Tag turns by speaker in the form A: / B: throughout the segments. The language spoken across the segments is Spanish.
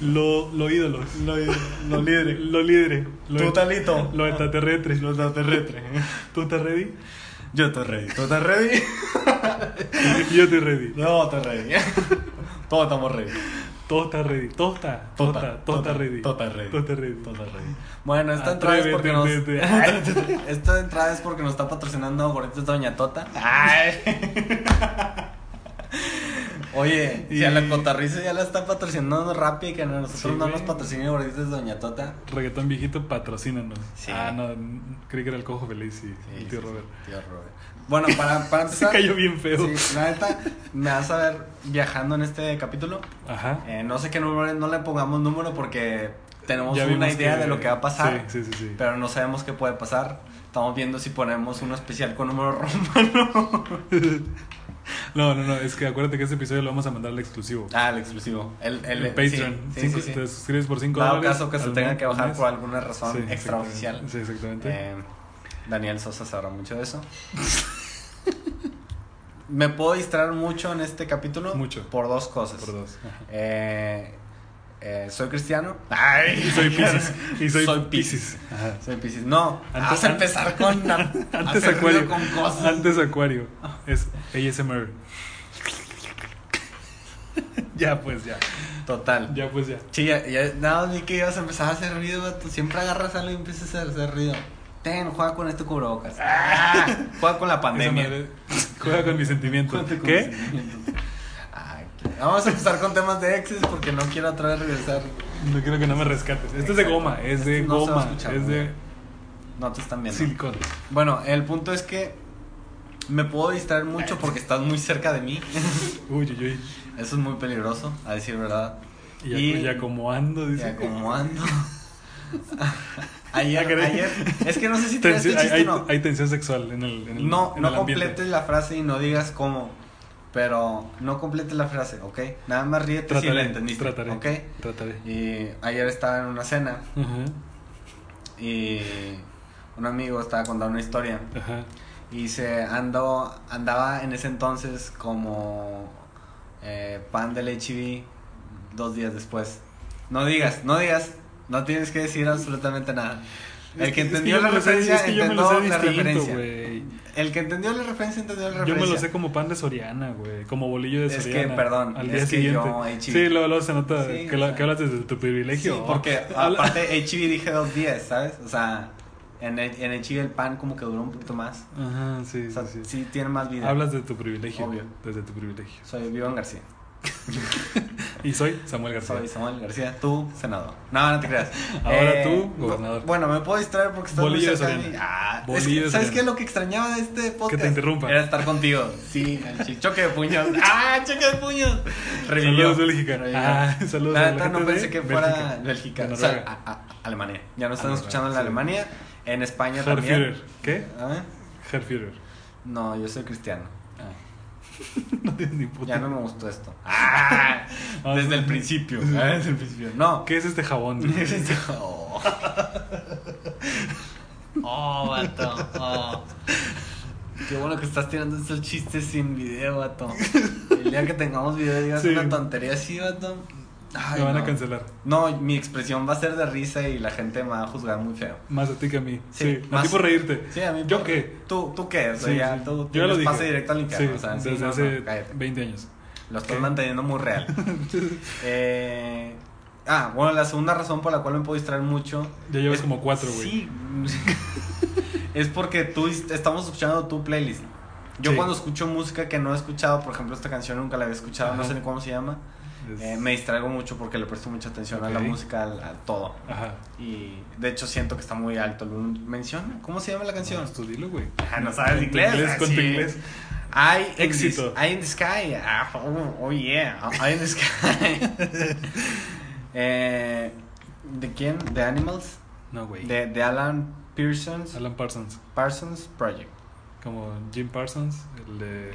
A: Los lo ídolos.
B: Los los líderes.
A: Los líderes. Los
B: Tú estás listo.
A: los extraterrestres.
B: Los extraterrestres.
A: ¿Tú estás ready?
B: Yo estoy ready. ¿Tú estás ready?
A: Yo estoy ready.
B: No, estoy ready. Todos estamos ready.
A: Todo está ready. Todo está. Todo está. Todo está ready.
B: Tota ready.
A: Todo está ready.
B: Tota ready. Bueno, esta entrada es porque nos.
A: Atrévete,
B: esta entrada es porque nos está patrocinando Gorritos Doña Tota. Oye, si a la
A: Y-
B: cotarriza ya la está patrocinando Rappi, que a nosotros
A: Sí,
B: no
A: güey.
B: nos patrocine Gorritos Doña Tota.
A: Reggaetón viejito, patrocínanos.
B: Sí.
A: Ah, no, creí que era el cojo feliz y el tío Robert.
B: Tío Robert. Bueno, para, para
A: Se
B: empezar.
A: cayó bien feo.
B: Sí, la neta, me vas a ver viajando en este capítulo.
A: Ajá.
B: Eh, no sé qué número, es, no le pongamos número porque tenemos
A: Ya
B: una
A: vimos
B: idea de lo que va a pasar,
A: Sí, sí, sí. sí.
B: pero no sabemos qué puede pasar. Estamos viendo si ponemos uno especial con número romano.
A: No, no, no, es que acuérdate que este episodio lo vamos a mandar al exclusivo.
B: ah, el exclusivo. El, el,
A: en Patreon.
B: sí, sí,
A: Cinco-
B: sí, sí.
A: Te suscribes por 5
B: Dado
A: dólares.
B: caso que se
A: al
B: tenga
A: mes-
B: que bajar
A: mes.
B: por alguna razón
A: Sí, exactamente.
B: extraoficial.
A: Sí, exactamente.
B: Eh, Daniel Sosa sabrá mucho de eso. Me puedo distraer mucho en este capítulo.
A: Mucho.
B: Por dos cosas.
A: por dos. Ajá.
B: Eh, eh, soy cristiano.
A: Y soy Pisces. Y soy,
B: Soy
A: Pisces. Ajá.
B: Soy Piscis. No,
A: Antes-
B: vas a empezar con a-
A: Antes
B: hacer ruido
A: Acuario.
B: con cosas. Ah.
A: Antes Acuario. Es ASMR. ya, pues ya.
B: Total.
A: Ya, pues ya.
B: Sí, ya, ya- nada más vi que ibas a empezar a hacer ruido, vato. Siempre agarras algo y empiezas a hacer ruido. Ten, juega con este cubrebocas. Ah, juega con la
A: Esa
B: pandemia.
A: madre Juega con mis sentimientos.
B: Juega con
A: ¿Qué?
B: mis sentimientos. Ay, qué- Vamos a empezar con temas de exes porque no quiero otra vez regresar.
A: No quiero que no me rescates. Esto es de
B: Exacto.
A: goma. Es de
B: Esto no se va a
A: goma.
B: escuchar,
A: es de
B: No te están viendo.
A: silicona.
B: Bueno, el punto es que me puedo distraer mucho porque estás muy cerca de mí.
A: Uy, uy, uy.
B: Eso es muy peligroso, a decir verdad.
A: Y, ya-
B: Y-
A: y acomodando,
B: Y
A: dice.
B: acomodando. ayer,
A: Ah, caray.
B: ayer. Es que no sé si te este
A: Tensión- hay,
B: chiste
A: hay-
B: o no.
A: hay tensión sexual en el, en el-
B: No,
A: en
B: no
A: el ambiente.
B: completes la frase y no digas cómo. Pero no completes la frase, ¿ok? Nada más ríete si la entendiste.
A: trataré,
B: ¿Ok?
A: trataré.
B: Y ayer estaba en una cena
A: Ajá,
B: y un amigo estaba contando una historia.
A: ajá.
B: Y se andó, andaba en ese entonces como eh, pan del HIV dos días después. No digas, no digas, no tienes que decir absolutamente nada. El que
A: Es
B: entendió
A: yo
B: la
A: me lo sé-
B: referencia
A: es que yo me lo sé
B: entendió la
A: distinto,
B: referencia.
A: güey.
B: El que entendió la referencia entendió la
A: Yo
B: referencia.
A: me lo sé como pan de Soriana, güey. Como bolillo de
B: Es que,
A: Soriana.
B: perdón,
A: Al
B: es
A: día
B: que
A: siguiente.
B: yo, HIV.
A: sí, luego, luego se nota
B: Sí,
A: que,
B: o
A: la-
B: sea.
A: que hablas desde tu privilegio.
B: Sí, porque aparte HIV dije dos días, ¿sabes? O sea, en, el- en HIV el pan como que duró un poquito más.
A: Ajá, sí,
B: O sea,
A: sí,
B: sí,
A: sí.
B: tiene más vida.
A: Hablas de tu privilegio.
B: Obvio.
A: Desde tu privilegio.
B: Soy Vivan García.
A: Y soy Samuel García.
B: Soy Samuel García, tú, senador. No, no te creas. Eh,
A: Ahora tú, gobernador.
B: bu- Bueno, me puedo distraer porque estás
A: Bolillo
B: muy
A: de
B: cerca de
A: Soriana.
B: mí. Ah, es que,
A: Bolillo de
B: ¿Sabes
A: Soriana.
B: qué es lo que extrañaba de este podcast?
A: interrumpa.
B: Era estar contigo. Sí, el chi- choque de puños. ¡Ah, choque de puños!
A: Saludos, Bélgica.
B: Revivió.
A: Ah, saludos
B: La
A: a la
B: neta,
A: gente
B: no
A: de
B: pensé que fuera
A: Bélgica,
B: Bélgica.
A: de
B: O sea,
A: Noruega.
B: a- a- Alemania. Ya nos están
A: Alemania,
B: escuchando en
A: sí.
B: Alemania. En España
A: Herr
B: también.
A: Führer. ¿Qué?
B: ¿Ah?
A: Herr Führer.
B: No, yo soy cristiano. Ah,
A: No tienes ni puta.
B: Ya no me gustó esto. ¡Ah!
A: Ah,
B: Desde
A: sí.
B: el principio. Ah, Desde el principio. No.
A: ¿Qué es este jabón?
B: oh. oh, vato. oh. Qué bueno que estás tirando estos chistes sin video, vato. El día que tengamos video digas
A: Sí.
B: una tontería así, vato. Ay,
A: Me van a
B: no.
A: cancelar.
B: No, mi expresión va a ser de risa y la gente me va a juzgar muy feo.
A: Más a ti que a mí. Sí, a
B: más-
A: ti por reírte.
B: Sí, a mí
A: ¿Yo
B: por-
A: qué?
B: ¿Tú, tú qué? O sea,
A: Sí,
B: ya,
A: sí.
B: tú
A: Yo
B: tienes
A: lo dije.
B: pase directo al
A: Sí,
B: infierno. o sea, sí,
A: desde
B: no, no,
A: hace
B: cállate.
A: 20 años.
B: Lo estoy
A: ¿Qué?
B: manteniendo muy real. Eh, ah, bueno, la segunda razón por la cual me puedo distraer mucho.
A: Ya llevas como cuatro, güey.
B: Sí. es porque tú est- estamos escuchando tu playlist. Yo
A: Sí.
B: cuando escucho música que no he escuchado, por ejemplo, esta canción nunca la había escuchado, no
A: Ajá.
B: sé ni cómo se llama,
A: Es-
B: eh, me distraigo mucho porque le presto mucha atención a la
A: Ok.
B: música, al- a, todo.
A: Ajá.
B: Y de hecho siento que está muy alto. Lo menciona, ¿cómo se llama la canción?
A: No, Pues tú dilo, güey.
B: Ah, no sabes
A: Con tu
B: inglés, ah,
A: con tu
B: sí.
A: inglés.
B: I in
A: Éxito.
B: this- I in the sky. Ah, oh, oh, yeah. I in the sky. Eh, ¿De quién? ¿De Animals?
A: No, güey.
B: De, de Alan Pearson's,
A: Alan Parsons.
B: Parsons Project.
A: Como Jim Parsons, el de.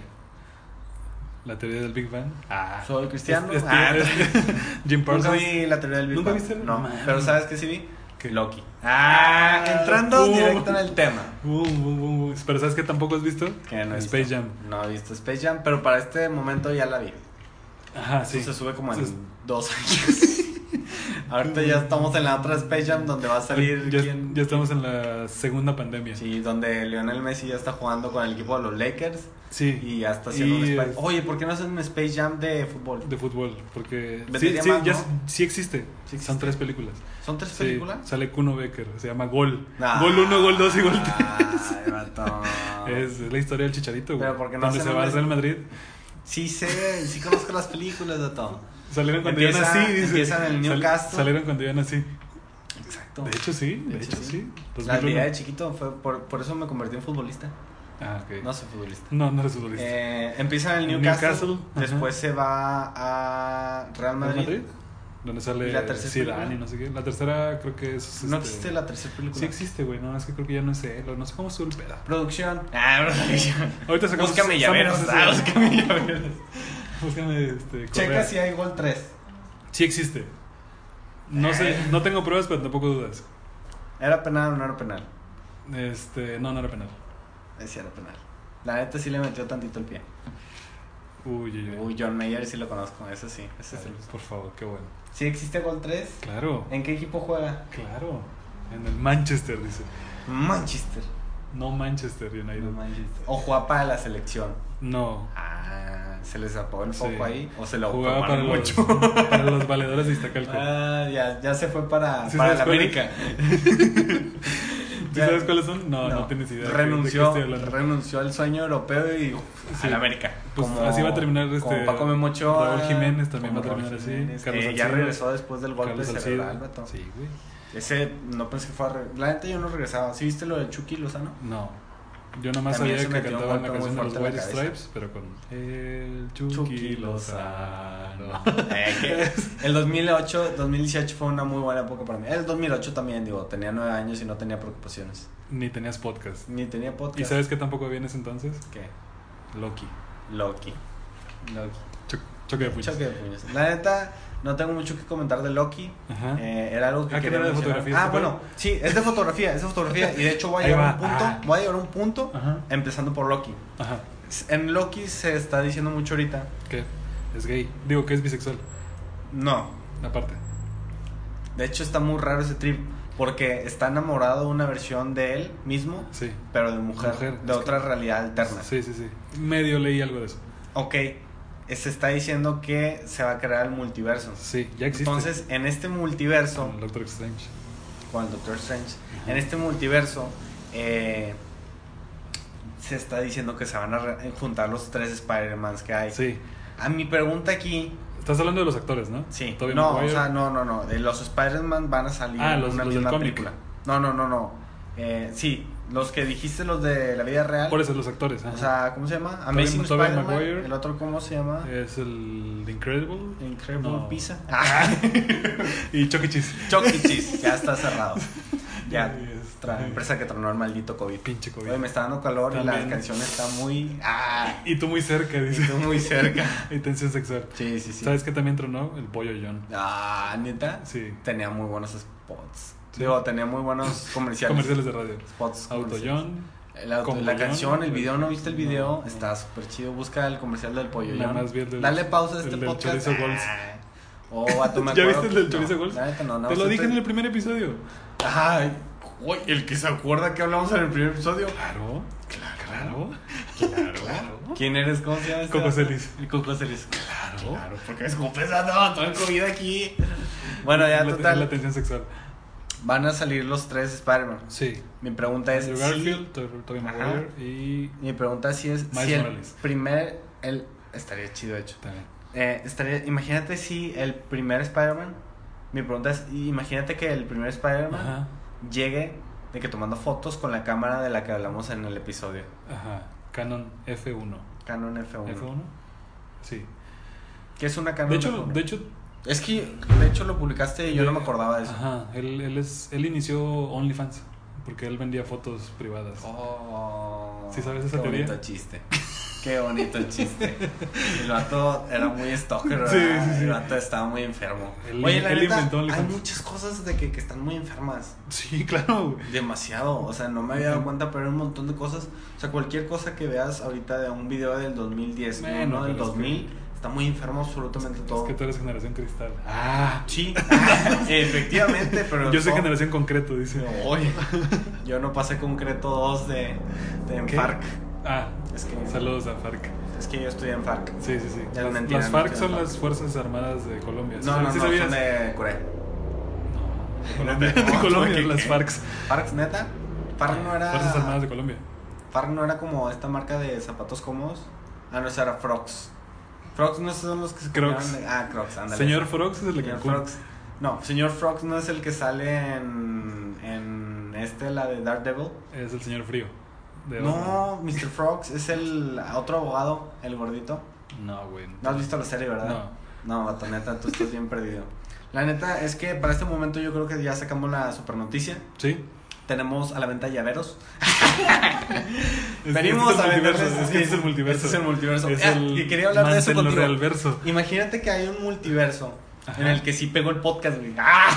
A: La teoría del Big Bang. Ah.
B: Soy cristiano.
A: Es- es-
B: Ah,
A: es- Jim
B: Nunca
A: Parsons.
B: vi la teoría del Big
A: ¿Nunca
B: Bang.
A: viste el-
B: No,
A: Mames.
B: pero ¿sabes qué sí vi?
A: ¿Qué?
B: Loki. Ah, entrando
A: Uh.
B: directo en el tema.
A: Boom, boom, boom, boom. uh, Pero ¿sabes que tampoco has visto?
B: Que no he
A: Space
B: visto.
A: Jam.
B: No he visto Space Jam, pero para este momento ya la vi.
A: Ajá, sí.
B: Eso se sube como en
A: Entonces-
B: dos años. Ahorita ya estamos en la otra Space Jam donde va a salir.
A: Ya,
B: quién-
A: ya estamos en la segunda pandemia. Sí.
B: Sí, donde Lionel Messi ya está jugando con el equipo de los Lakers y ya está haciendo
A: Y
B: un Space
A: es-
B: Oye, ¿por qué no hacen un Space Jam de fútbol?
A: De fútbol, porque sí,
B: Vendería
A: sí,
B: más,
A: ya
B: ¿no?
A: s- sí existe.
B: Sí existe.
A: Son tres películas.
B: ¿Son tres
A: Sí,
B: películas?
A: sale Kuno Becker, se llama Gol.
B: Ah,
A: gol 1, gol 2 y gol 3.
B: ay, vato.
A: Es la historia del Chicharito, güey.
B: Pero ¿por qué no
A: Donde
B: hacen
A: se va
B: un-
A: al Real Madrid.
B: Sí sé, sí conozco las películas de todo.
A: Salieron cuando yo
B: Empieza-
A: nací, dice.
B: empieza en el
A: Sal-
B: Newcastle.
A: salieron cuando yo nací.
B: Exacto.
A: De hecho, pues, sí. De, hecho, sí.
B: La
A: 2001.
B: idea de chiquito fue por, por eso me convertí en futbolista.
A: Ah, ok.
B: No soy futbolista.
A: No, no eres futbolista.
B: Eh, empieza en el Newcastle,
A: Pues, Newcastle, ajá.
B: después se va a Real
A: ¿Real
B: Madrid.
A: Madrid? Donde sale
B: ¿Y la tercera
A: Zidane
B: película?
A: y no sé qué. La tercera creo que es...
B: No
A: este,
B: existe la tercera película.
A: Sí existe, güey. No, es que creo que ya no es él. o No sé cómo estuvo el pedo.
B: Producción. Ah, producción.
A: Ahorita sacamos...
B: Búscame llaveros. Ah,
A: sacamos-
B: búscame llaveros.
A: Búscame, este...
B: Checa
A: correa.
B: si hay Ah. gol 3.
A: Sí existe. No sé, no tengo pruebas, pero tampoco dudas.
B: ¿Era penal o no era penal?
A: Este, no, no era penal.
B: Eh, Sí, era penal. La neta sí le metió tantito el pie.
A: Uy, uy, uy.
B: Uy, John Mayer sí lo conozco, eso sí. Ese sí.
A: Por favor, qué bueno.
B: Sí existe gol 3.
A: Claro,
B: ¿En qué equipo juega?
A: claro. En el Manchester, dice.
B: Manchester.
A: No Manchester United.
B: No, Manchester. O juega para la selección.
A: No.
B: Ah, se les apagó el
A: Sí.
B: foco ahí. O se lo
A: Jugaba para
B: tomaron
A: los,
B: mucho.
A: para los valedores de Iztacalco.
B: Ah, ya, ya se fue para,
A: ¿Sí
B: para la
A: sabes cuál es?
B: América.
A: ¿Tú
B: Ya.
A: sabes cuáles son? No, no, tienes idea. de qué-
B: Renunció,
A: de qué estoy hablando.
B: renunció al sueño europeo y uf,
A: Sí.
B: a la América.
A: Pues así va a terminar este-
B: Como Paco Memocho.
A: Raúl Jiménez también va a terminar así, Carlos
B: eh, ya
A: Salcido.
B: regresó después del golpe
A: Carlos
B: cerebral,
A: Salcido.
B: vato.
A: Sí, güey.
B: Ese no pensé que fue a re- La neta yo no regresaba. ¿Sí viste lo de Chucky Lozano?
A: No. Yo nomás
B: También se
A: sabía que
B: metió un
A: cantaban la
B: golpe
A: canción
B: muy
A: de los
B: fuerte en
A: White
B: la cabeza.
A: Stripes, pero con el
B: Chucky
A: Chucky
B: Lozano.
A: Lozano.
B: Eh, que el 2008, 2018 fue una muy buena época para mí. El 2008 también, digo, tenía nueve años y no tenía preocupaciones.
A: Ni tenías podcast.
B: Ni tenía podcast.
A: ¿Y sabes qué tampoco vienes entonces?
B: qué?
A: Loki.
B: Loki. Loki.
A: Cho- choque de puños.
B: Choque de puños. La neta, no tengo mucho que comentar de Loki.
A: Ajá.
B: Eh, era algo que
A: Ah, que
B: quería
A: era de
B: mencionar.
A: fotografía,
B: Ah,
A: ¿este
B: bueno, sí, es de fotografía, es de fotografía. Y de hecho voy a
A: Ahí
B: llegar a un
A: va.
B: punto,
A: Ah.
B: voy a llegar a un punto,
A: Ajá.
B: empezando por Loki.
A: Ajá.
B: En Loki se está diciendo mucho ahorita,
A: ¿Qué? Es gay. Digo que es bisexual.
B: no,
A: Aparte.
B: de hecho está muy raro ese trip, porque está enamorado de una versión de él mismo,
A: Sí.
B: pero de mujer,
A: Mujer,
B: de
A: es
B: otra realidad alterna.
A: Sí, sí, sí. Medio leí algo de eso.
B: Ok, se está diciendo que se va a crear el multiverso.
A: Sí, ya existe.
B: Entonces, en este multiverso,
A: Con Doctor Strange.
B: con el Doctor Strange.
A: Ajá.
B: En este multiverso eh, se está diciendo que se van a re- eh, juntar los tres Spider-Mans que hay.
A: Sí.
B: A mi pregunta aquí,
A: Estás hablando de los actores, ¿no?
B: sí,
A: Tobey
B: no, o
A: Maguire.
B: sea, no, no, no, de los Spider-Man van a salir
A: Ah,
B: en
A: los-
B: una
A: los del
B: misma
A: cómic.
B: película. No, no, no, no. Eh, sí, los que dijiste los de la vida real.
A: Por eso los actores. ajá.
B: O sea, ¿cómo se llama? Amazing
A: Tobey
B: Spider-Man.
A: Maguire.
B: El otro cómo se llama?
A: Es el Incredible.
B: Incredible
A: no.
B: Pizza. Ah,
A: Y Chuck E. Cheese.
B: Chuck E. Cheese, ya está cerrado. Ya,
A: Y este-
B: otra empresa que tronó el maldito COVID.
A: Pinche COVID.
B: Oye, me está dando calor y
A: También.
B: la canción está muy. ¡Ah!
A: Y tú muy cerca, dice.
B: Estoy muy cerca.
A: Y tensión sexual.
B: Sí, sí, sí.
A: ¿Sabes qué también tronó? El pollo John.
B: Ah, neta.
A: Sí.
B: Tenía muy buenos spots.
A: Sí.
B: Digo, tenía muy buenos comerciales.
A: Comerciales de radio.
B: Spots.
A: Auto
B: comerciales.
A: John.
B: El auto-
A: Combo
B: la
A: John,
B: canción, el
A: güey.
B: video, ¿no viste el video?
A: No, no.
B: Está súper chido. Busca el comercial del pollo.
A: Nada
B: John.
A: más vi el del-
B: Dale pausa a
A: el
B: este
A: del
B: podcast.
A: chorizo Gols.
B: Ah. Oh, a tu me
A: ¿Ya
B: acuerdo
A: viste el del
B: que-
A: chorizo
B: no,
A: Gols?
B: la neta no, no,
A: Te lo
B: sí
A: dije
B: estoy-
A: en el primer episodio.
B: Ay, güey, el que se acuerda que hablamos en el primer episodio.
A: Claro. Claro. Claro.
B: ¿Quién eres? ¿Cómo se llama? este?
A: Coco Celis.
B: El Coco Celis.
A: Claro.
B: Claro, porque es como pesado, todo el COVID aquí. Bueno, ya
A: La- La
B: total.
A: tensión sexual.
B: Van a salir los tres Spider-Man.
A: Sí.
B: Mi pregunta es
A: Andrew
B: si-
A: Garfield, Toby Tobey
B: Ajá.
A: Maguire y.
B: mi pregunta si es
A: Miles
B: si el
A: Morales.
B: primer el estaría chido de hecho.
A: También.
B: Eh, estaría imagínate si el primer Spider-Man mi pregunta es y imagínate que el primer Spider-Man
A: Ajá.
B: llegue de que tomando fotos con la cámara de la que hablamos en el episodio
A: Ajá. Canon F1.
B: Canon F1.
A: ¿F1? Sí.
B: ¿Qué es una Canon
A: De hecho,
B: F1?
A: de hecho
B: es que de hecho lo publicaste y yo no me acordaba de eso.
A: Ajá, él, él, es, él inició OnlyFans porque él vendía fotos privadas.
B: Oh,
A: ¿Sí sabes esa
B: qué
A: teoría?
B: bonito chiste. Qué bonito chiste. El vato era muy stalker, ¿verdad?
A: Sí, sí, sí.
B: El vato estaba muy enfermo.
A: Él-
B: Oye, la
A: él
B: neta,
A: inventó
B: hay
A: OnlyFans.
B: muchas cosas de que, que están muy enfermas.
A: Sí, claro. güey.
B: Demasiado. O sea, no me había dado cuenta, pero hay un montón de cosas. O sea, cualquier cosa que veas ahorita de un video del 2010,
A: Bueno,
B: ¿no? Del
A: pero es que-
B: 2000, Está muy enfermo absolutamente todo.
A: Es que tú eres generación cristal.
B: Ah, sí. efectivamente, pero.
A: Yo soy
B: no.
A: generación concreto, dice.
B: Oye, yo no pasé concreto 2 de, de en
A: ¿Qué?
B: FARC.
A: Ah,
B: Es que,
A: saludos a FARC.
B: es que yo estudié en FARC.
A: Sí, sí, sí.
B: Es
A: Las,
B: mentira,
A: las
B: no
A: FARC
B: estoy
A: son
B: en
A: las Fuerzas Armadas de Colombia.
B: No, no,
A: ¿Sí
B: no,
A: sabías?
B: son de Corea.
A: No, de Colombia, de Colombia, las FARC.
B: ¿FARC, neta? ¿FARC no era.
A: Fuerzas Armadas de Colombia.
B: Farc no era como esta marca de zapatos cómodos. Ah, no, esa era Frogs. Frogs no son los que se
A: Crocs.
B: cambiaban de- Ah, Crocs, ándale.
A: Señor Frogs es el de
B: Señor
A: Cancún.
B: Frogs. No, señor Frogs no es el que sale en, en este, la de Daredevil.
A: Es el señor frío. de Batman.
B: No, Mr. Frogs es el otro abogado, el gordito.
A: No, güey.
B: No has visto la serie, ¿verdad?
A: No.
B: No, vato, neta, tú estás bien perdido. La neta es que para este momento yo creo que ya sacamos la super noticia.
A: ¿Sí?
B: Tenemos a la venta llaveros.
A: Es-
B: Venimos
A: este es
B: a
A: el multiverso,
B: venderles-
A: Es que es el multiverso.
B: Este es el multiverso.
A: Es
B: Ah,
A: el
B: y quería hablar de eso
A: Mantel
B: contigo.
A: Realverso.
B: Imagínate que hay un multiverso
A: Ajá.
B: en el que sí pegó el podcast, güey. ¡Ah!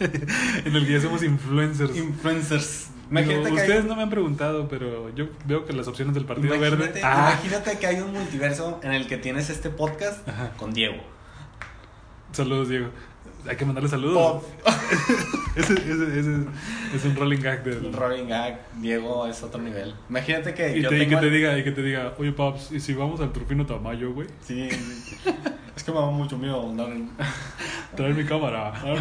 A: En el que ya somos Pues, influencers.
B: Influencers.
A: Digo,
B: Imagínate que hay-
A: ustedes no me han preguntado, pero yo veo que las opciones del Partido
B: imagínate-
A: Verde. Ah,
B: imagínate que hay un multiverso en el que tienes este podcast
A: Ajá.
B: con Diego.
A: saludos, Diego. Hay que mandarle saludos. Ese, ese- ese es un rolling gag del.
B: El Rolling Gag, Diego es otro nivel. Imagínate que
A: Y,
B: eh, yo
A: te- y que
B: tengo
A: te
B: el-
A: diga, y que te diga, oye Pops, ¿y si vamos al Trufino Tamayo, güey?
B: Sí, es que me da mucho miedo andar en-
A: Traer mi cámara. Ah,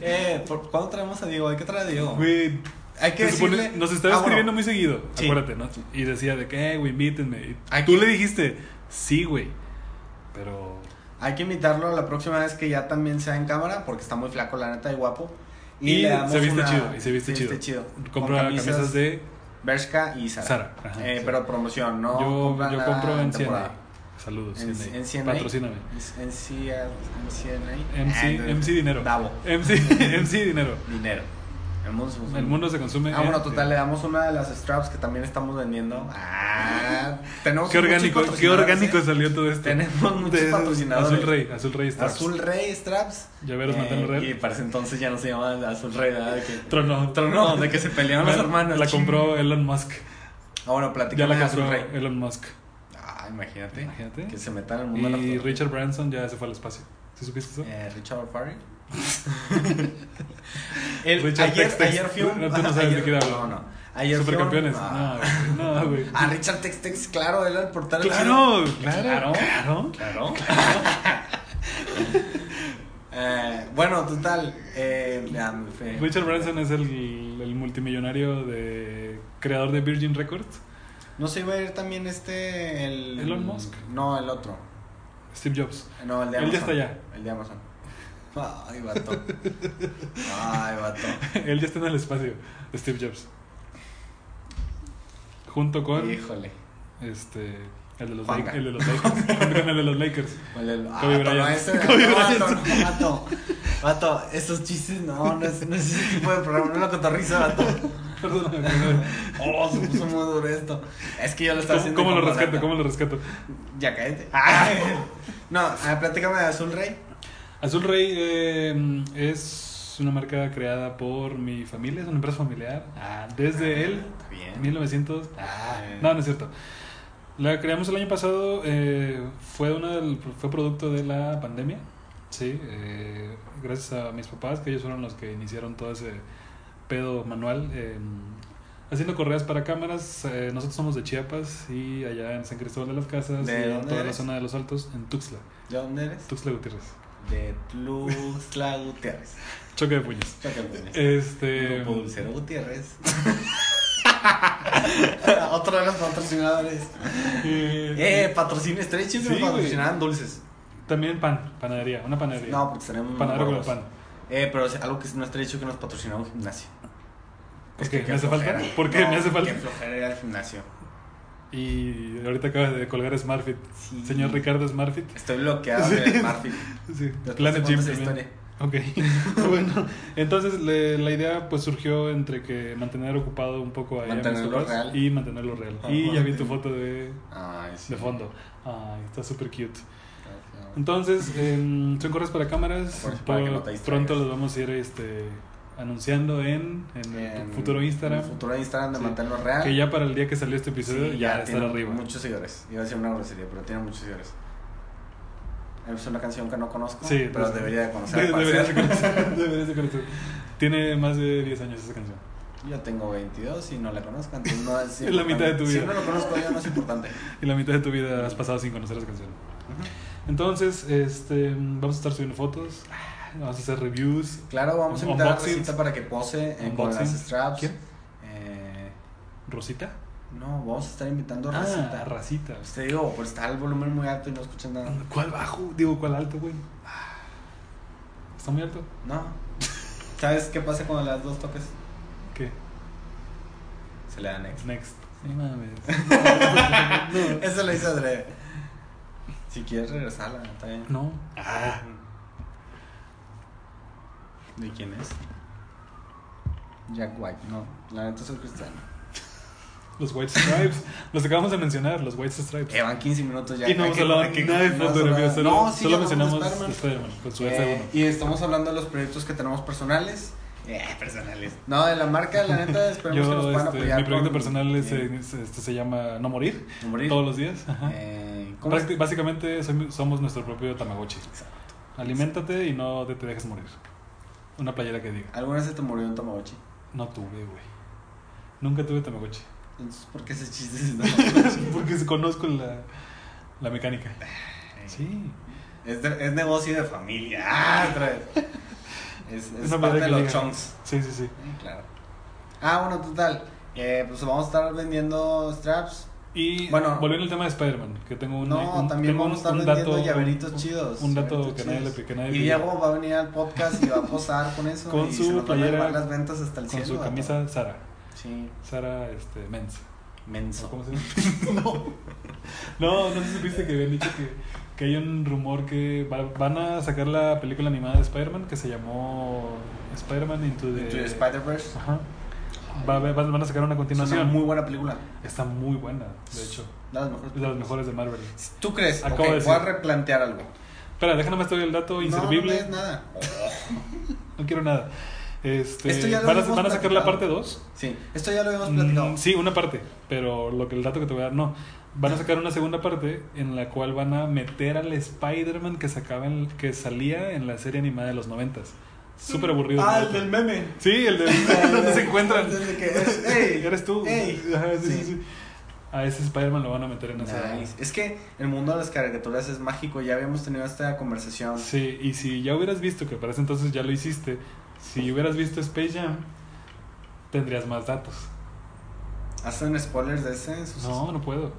B: Eh, ¿por- ¿cuándo traemos a Diego? Hay que traer a Diego.
A: Güey,
B: Hay que
A: se supone-
B: decirle-
A: nos estaba
B: Ah, bueno,
A: escribiendo muy seguido,
B: Sí.
A: acuérdate, ¿no? Y decía de que, "Eh, güey, invítenme. Y
B: Hay
A: tú
B: que-
A: le dijiste, sí, güey. Pero.
B: Hay que invitarlo la próxima vez que ya también sea en cámara, porque está muy flaco, la neta, y guapo.
A: Y,
B: le damos
A: se viste
B: una-
A: chido, y se viste chido. Compra
B: Con
A: camisas, de.
B: Bershka y Sara.
A: Zara, ajá, sí.
B: Eh, Pero promoción, ¿no?
A: yo
B: compran
A: yo
B: la
A: compro en
B: temporada.
A: CNA. Saludos,
B: En,
A: CNA.
B: en CNA.
A: Patrocíname.
B: En CNA. En CNA. Ah,
A: MC,
B: entonces,
A: MC Dinero.
B: Davo.
A: MC, MC Dinero.
B: Dinero. El mundo, se-
A: El mundo eh, se consume.
B: Ah,
A: en-
B: bueno, total, le damos una de las straps que también estamos vendiendo. Ah, tenemos
A: Qué
B: muchos
A: orgánico, qué
B: patrocinadores,
A: orgánico
B: ¿eh?
A: salió todo esto.
B: Tenemos muchos
A: De-
B: patrocinadores.
A: Azul Rey, Azul Rey Stars.
B: Azul Rey Straps. Eh,
A: Llaveros Mantel Real.
B: Y para ese entonces ya no se llamaba Azul Rey, ¿verdad? De que,
A: Trono.
B: Tronó, de que se pelearon los hermanos.
A: La compró Elon Musk.
B: Ah, bueno,
A: Ya
B: platicamos
A: la
B: de Azul
A: compró
B: Rey.
A: Elon Musk.
B: Ah, imagínate.
A: Imagínate.
B: Que se metan en el mundo de
A: Y
B: la
A: Richard Branson ya se fue al espacio. ¿Sí supiste eso?
B: Eh, Richard Farrell. El-
A: Richard
B: ayer,
A: Tex-Tex.
B: ayer fui a un.
A: No, tú no sabes
B: ayer-
A: de quién hablo.
B: No, no. Ayer fui a un-
A: Supercampeones.
B: Ah.
A: No, güey, no, güey.
B: Ah, Richard Textex, claro, él al portal.
A: Claro, claro,
B: Claro.
A: claro.
B: Claro. Eh, bueno, total. Eh, ya me fui.
A: Richard Branson es el, el multimillonario de creador de Virgin Records.
B: No se iba a ir también este. El,
A: Elon Musk.
B: No, el otro.
A: Steve Jobs.
B: No, el de
A: Él
B: Amazon.
A: ya está allá.
B: El de Amazon. Ay, vato. Ay, vato.
A: Él ya está en el espacio. Steve Jobs. Junto con
B: Híjole.
A: este el de los,
B: Juanga.
A: Lake- el de los Lakers. junto con el de los Lakers.
B: Con el- ah,
A: Kobe
B: vato, no,
A: Bryant.
B: ese-
A: Kobe
B: no, vato,
A: Bryant.
B: no, vato. Vato, esos chistes no, no es, no es ese tipo de programa, no lo cotorriza, vato.
A: Perdóname, perdóname.
B: Oh, se puso muy duro esto. Es que yo lo estaba
A: ¿Cómo,
B: haciendo.
A: cómo lo
B: como
A: rescato?
B: rata.
A: ¿Cómo lo rescato?
B: Ya cállate. Ah. No, ah, platícame de Azul Rey.
A: Azul Rey eh, es una marca creada por mi familia, es una empresa familiar. Ah, Desde él,
B: Está bien.
A: 1900.
B: Ah,
A: No, no es cierto. La creamos el año pasado, eh, fue, una del- fue producto de la pandemia, sí, eh, gracias a mis papás, que ellos fueron los que iniciaron todo ese pedo manual, eh, haciendo correas para cámaras, eh, nosotros somos de Chiapas y allá en San Cristóbal de las Casas,
B: ¿De
A: y en
B: dónde
A: toda la
B: eres?
A: zona de los Altos, en Tuxtla,
B: ¿De dónde eres?
A: Tuxtla Gutiérrez,
B: De Tlusla Gutiérrez.
A: choque de puños.
B: Sácame.
A: Este,
B: Grupo Dulcero Gutiérrez. Otro de los patrocinadores.
A: eh,
B: Eh, patrocina Estrella Chips
A: Sí,
B: nos patrocinaban dulces.
A: también pan, panadería, una panadería,
B: No, porque tenemos
A: panadero con el
B: huevos.
A: pan.
B: Eh, pero es algo que no Estrella Chips que nos patrocinaba un gimnasio.
A: ¿Por qué? ¿Me hace falta? ¿Por qué me hace falta?
B: Que flojera ir al gimnasio.
A: Y ahorita acabas de colgar Smartfit.
B: Sí.
A: Señor Ricardo Smartfit.
B: Estoy bloqueado
A: Sí.
B: de Marfil.
A: Sí.
B: Después
A: Planet
B: te
A: Gym
B: cuento esa
A: también.
B: historia.
A: Ok. bueno, entonces le- la idea pues surgió entre que mantener ocupado un poco a
B: Mantenerlo real. Ah,
A: y mantenerlo real.
B: Ajá,
A: y ya vi tu
B: sí.
A: foto de,
B: Ay, sí.
A: de fondo. Ay, está súper cute. Entonces, em, son correos para cámaras.
B: Por- para que no te
A: Pro-
B: distraigas.
A: pronto los vamos a ir este, anunciando en, en el
B: En-
A: futuro Instagram.
B: en el futuro Instagram de
A: Sí.
B: Manténlo Real.
A: Que ya para el día que salió este episodio
B: Sí,
A: ya, estará
B: tiene
A: arriba.
B: Muchos seguidores. Iba a decir una grosería, pero tiene muchos seguidores. Es una canción que no conozco,
A: Sí,
B: pero
A: pues,
B: debería de conocer.
A: de-
B: al
A: deberías de
B: parecer.
A: conocer, deberías de conocer. Tiene más de 10 años esa canción.
B: Yo tengo 22 y no la conozco, entonces no es
A: Es la mitad de tu
B: importante. Si
A: vida.
B: no lo conozco yo no es importante.
A: Y la mitad de tu vida has pasado sin conocer las canciones. Entonces, este, vamos a estar subiendo fotos, vamos a hacer reviews.
B: Claro, vamos a invitar a
A: Unboxings.
B: Rosita para que pose eh, con las
A: Unboxings.
B: straps.
A: ¿Quién?
B: Eh,
A: ¿Rosita?
B: no, vamos a estar invitando a
A: Ah,
B: Rosita.
A: Racita.
B: Pues te digo, pues está el volumen muy alto y no escuchan nada.
A: ¿Cuál bajo? Digo, ¿cuál alto, güey? Ah, ¿Está muy alto?
B: No. ¿Sabes qué pasa cuando le das dos toques?
A: ¿Qué?
B: Se le da next.
A: Next. No mames.
B: Eso lo hizo André. Si quieres regresarla, está bien.
A: No. Ah.
B: ¿De quién es? Jack White. No, la neta soy cristiano.
A: Los White Stripes. los acabamos de mencionar, los White Stripes.
B: Eh, van 15 minutos ya.
A: y no
B: Hay
A: hemos
B: que-
A: hablado
B: hay que-
A: nada de
B: no hemos
A: fotografía,
B: hablado-
A: solo,
B: No, sí,
A: solo
B: hablamos de
A: mencionamos
B: Spider-Man.
A: Spider-Man, con su
B: Eh,
A: S1.
B: y estamos hablando de los proyectos que tenemos personales. Eh, personales. No, de la marca, la neta, esperemos que nos
A: Yo,
B: puedan
A: este,
B: apoyar.
A: mi proyecto
B: con-
A: personal es,
B: eh,
A: eh, es- este, se llama No Morir,
B: morir.
A: todos los días. Ajá.
B: Eh, ¿cómo es?
A: Prácti- Básicamente som- somos nuestro propio Tamagotchi.
B: Exacto.
A: Aliméntate y no te, te dejes morir. Una playera que diga,
B: ¿Alguna vez se te murió un Tamagotchi?
A: no tuve, güey. Nunca tuve Tamagotchi.
B: Entonces, ¿por qué ese chiste es Tamagotchi?
A: Porque se- conozco la, la mecánica. Sí.
B: Es, de- es negocio de familia. Ah, otra vez. Es, es
A: Una
B: parte
A: manera
B: de
A: que
B: los
A: diga.
B: chunks.
A: Sí, sí, sí.
B: Eh, Claro. Ah, bueno, total. Eh, pues vamos a estar vendiendo straps.
A: Y
B: Bueno.
A: volviendo al tema de Spider-Man, que tengo un,
B: No,
A: un-
B: también
A: tengo
B: vamos a estar
A: un
B: vendiendo
A: dato-
B: llaveritos
A: un-
B: chidos.
A: Un dato
B: llaveritos
A: que nadie,
B: chidos.
A: le, que nadie
B: Y
A: le-
B: Diego va a venir al podcast y va a posar con eso.
A: Con
B: y
A: su
B: se nos van a
A: playera,
B: elevar las ventas hasta el
A: con
B: cielo.
A: su
B: vato.
A: camisa Sara.
B: Sí,
A: Sara este, Menz. ¿O
B: menso.
A: ¿Cómo se llama? no. no, no sé si supiste que habían dicho que, que hay un rumor que va- van a sacar la película animada de Spider-Man que se llamó Spider-Man Into the...
B: Into the Spider-Verse.
A: Ajá. Va a haber- van van a sacar una
B: Es una
A: continuación.
B: muy buena película.
A: Está muy buena, de hecho.
B: De las mejores.
A: Es de las mejores de Marvel.
B: ¿Tú crees?
A: Acabo
B: Ok,
A: de
B: voy a
A: decir.
B: replantear algo.
A: Espera, déjame más el dato
B: No, no
A: inservible.
B: lees
A: No,
B: nada.
A: quiero nada. Este,
B: Esto ya lo
A: van, a,
B: habíamos
A: van a sacar la
B: platicado.
A: parte 2.
B: Sí, esto ya lo habíamos platicado.
A: Mm, sí, una parte, pero lo que el dato que te voy a dar no. Van a sacar una segunda parte en la cual van a meter al Spider-Man que sacaba en- que salía en la serie animada de los noventas. Súper aburrido.
B: Ah,
A: ¿no?
B: el del meme.
A: Sí, el de donde se encuentran.
B: Desde que eres- ey,
A: Eres tú.
B: ey.
A: Ajá, sí, sí,
B: Sí.
A: sí. A ese Spider-Man lo van a meter en esa.
B: Nice. Es que el mundo de las caricaturas es mágico. Ya habíamos tenido esta conversación.
A: Sí, y si ya hubieras visto, que parece entonces ya lo hiciste, si hubieras visto Space Jam, tendrías más datos.
B: ¿Hacen spoilers de ese? Sus-
A: No, no puedo.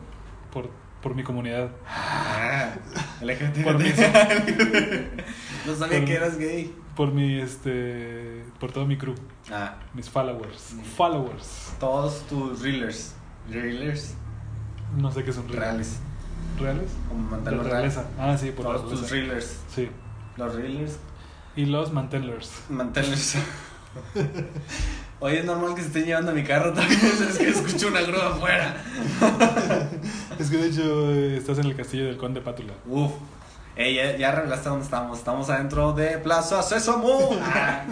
A: Por, por mi comunidad.
B: Ah, LGBT.
A: Por mí.
B: no sabía
A: Por-
B: que eras gay.
A: Por mi, este. Por todo mi crew.
B: Ah,
A: Mis followers.
B: Mm.
A: Followers.
B: todos tus reelers. Reelers.
A: No sé qué son reales.
B: Reales.
A: ¿Reales?
B: Como
A: De
B: mantenerlos reales.
A: realeza. Ah, sí, por
B: Todos tus
A: realeza.
B: reelers.
A: Sí.
B: Los reelers.
A: Y los mantelers.
B: Mantenerlos. Oye, es normal que se estén llevando mi carro también. Es que escucho una grúa afuera.
A: Es que de hecho eh, estás en el castillo del conde Pátula.
B: Uf. Ey, ya, ya revelaste dónde estamos. Estamos adentro de Plaza Sésamo. Ah.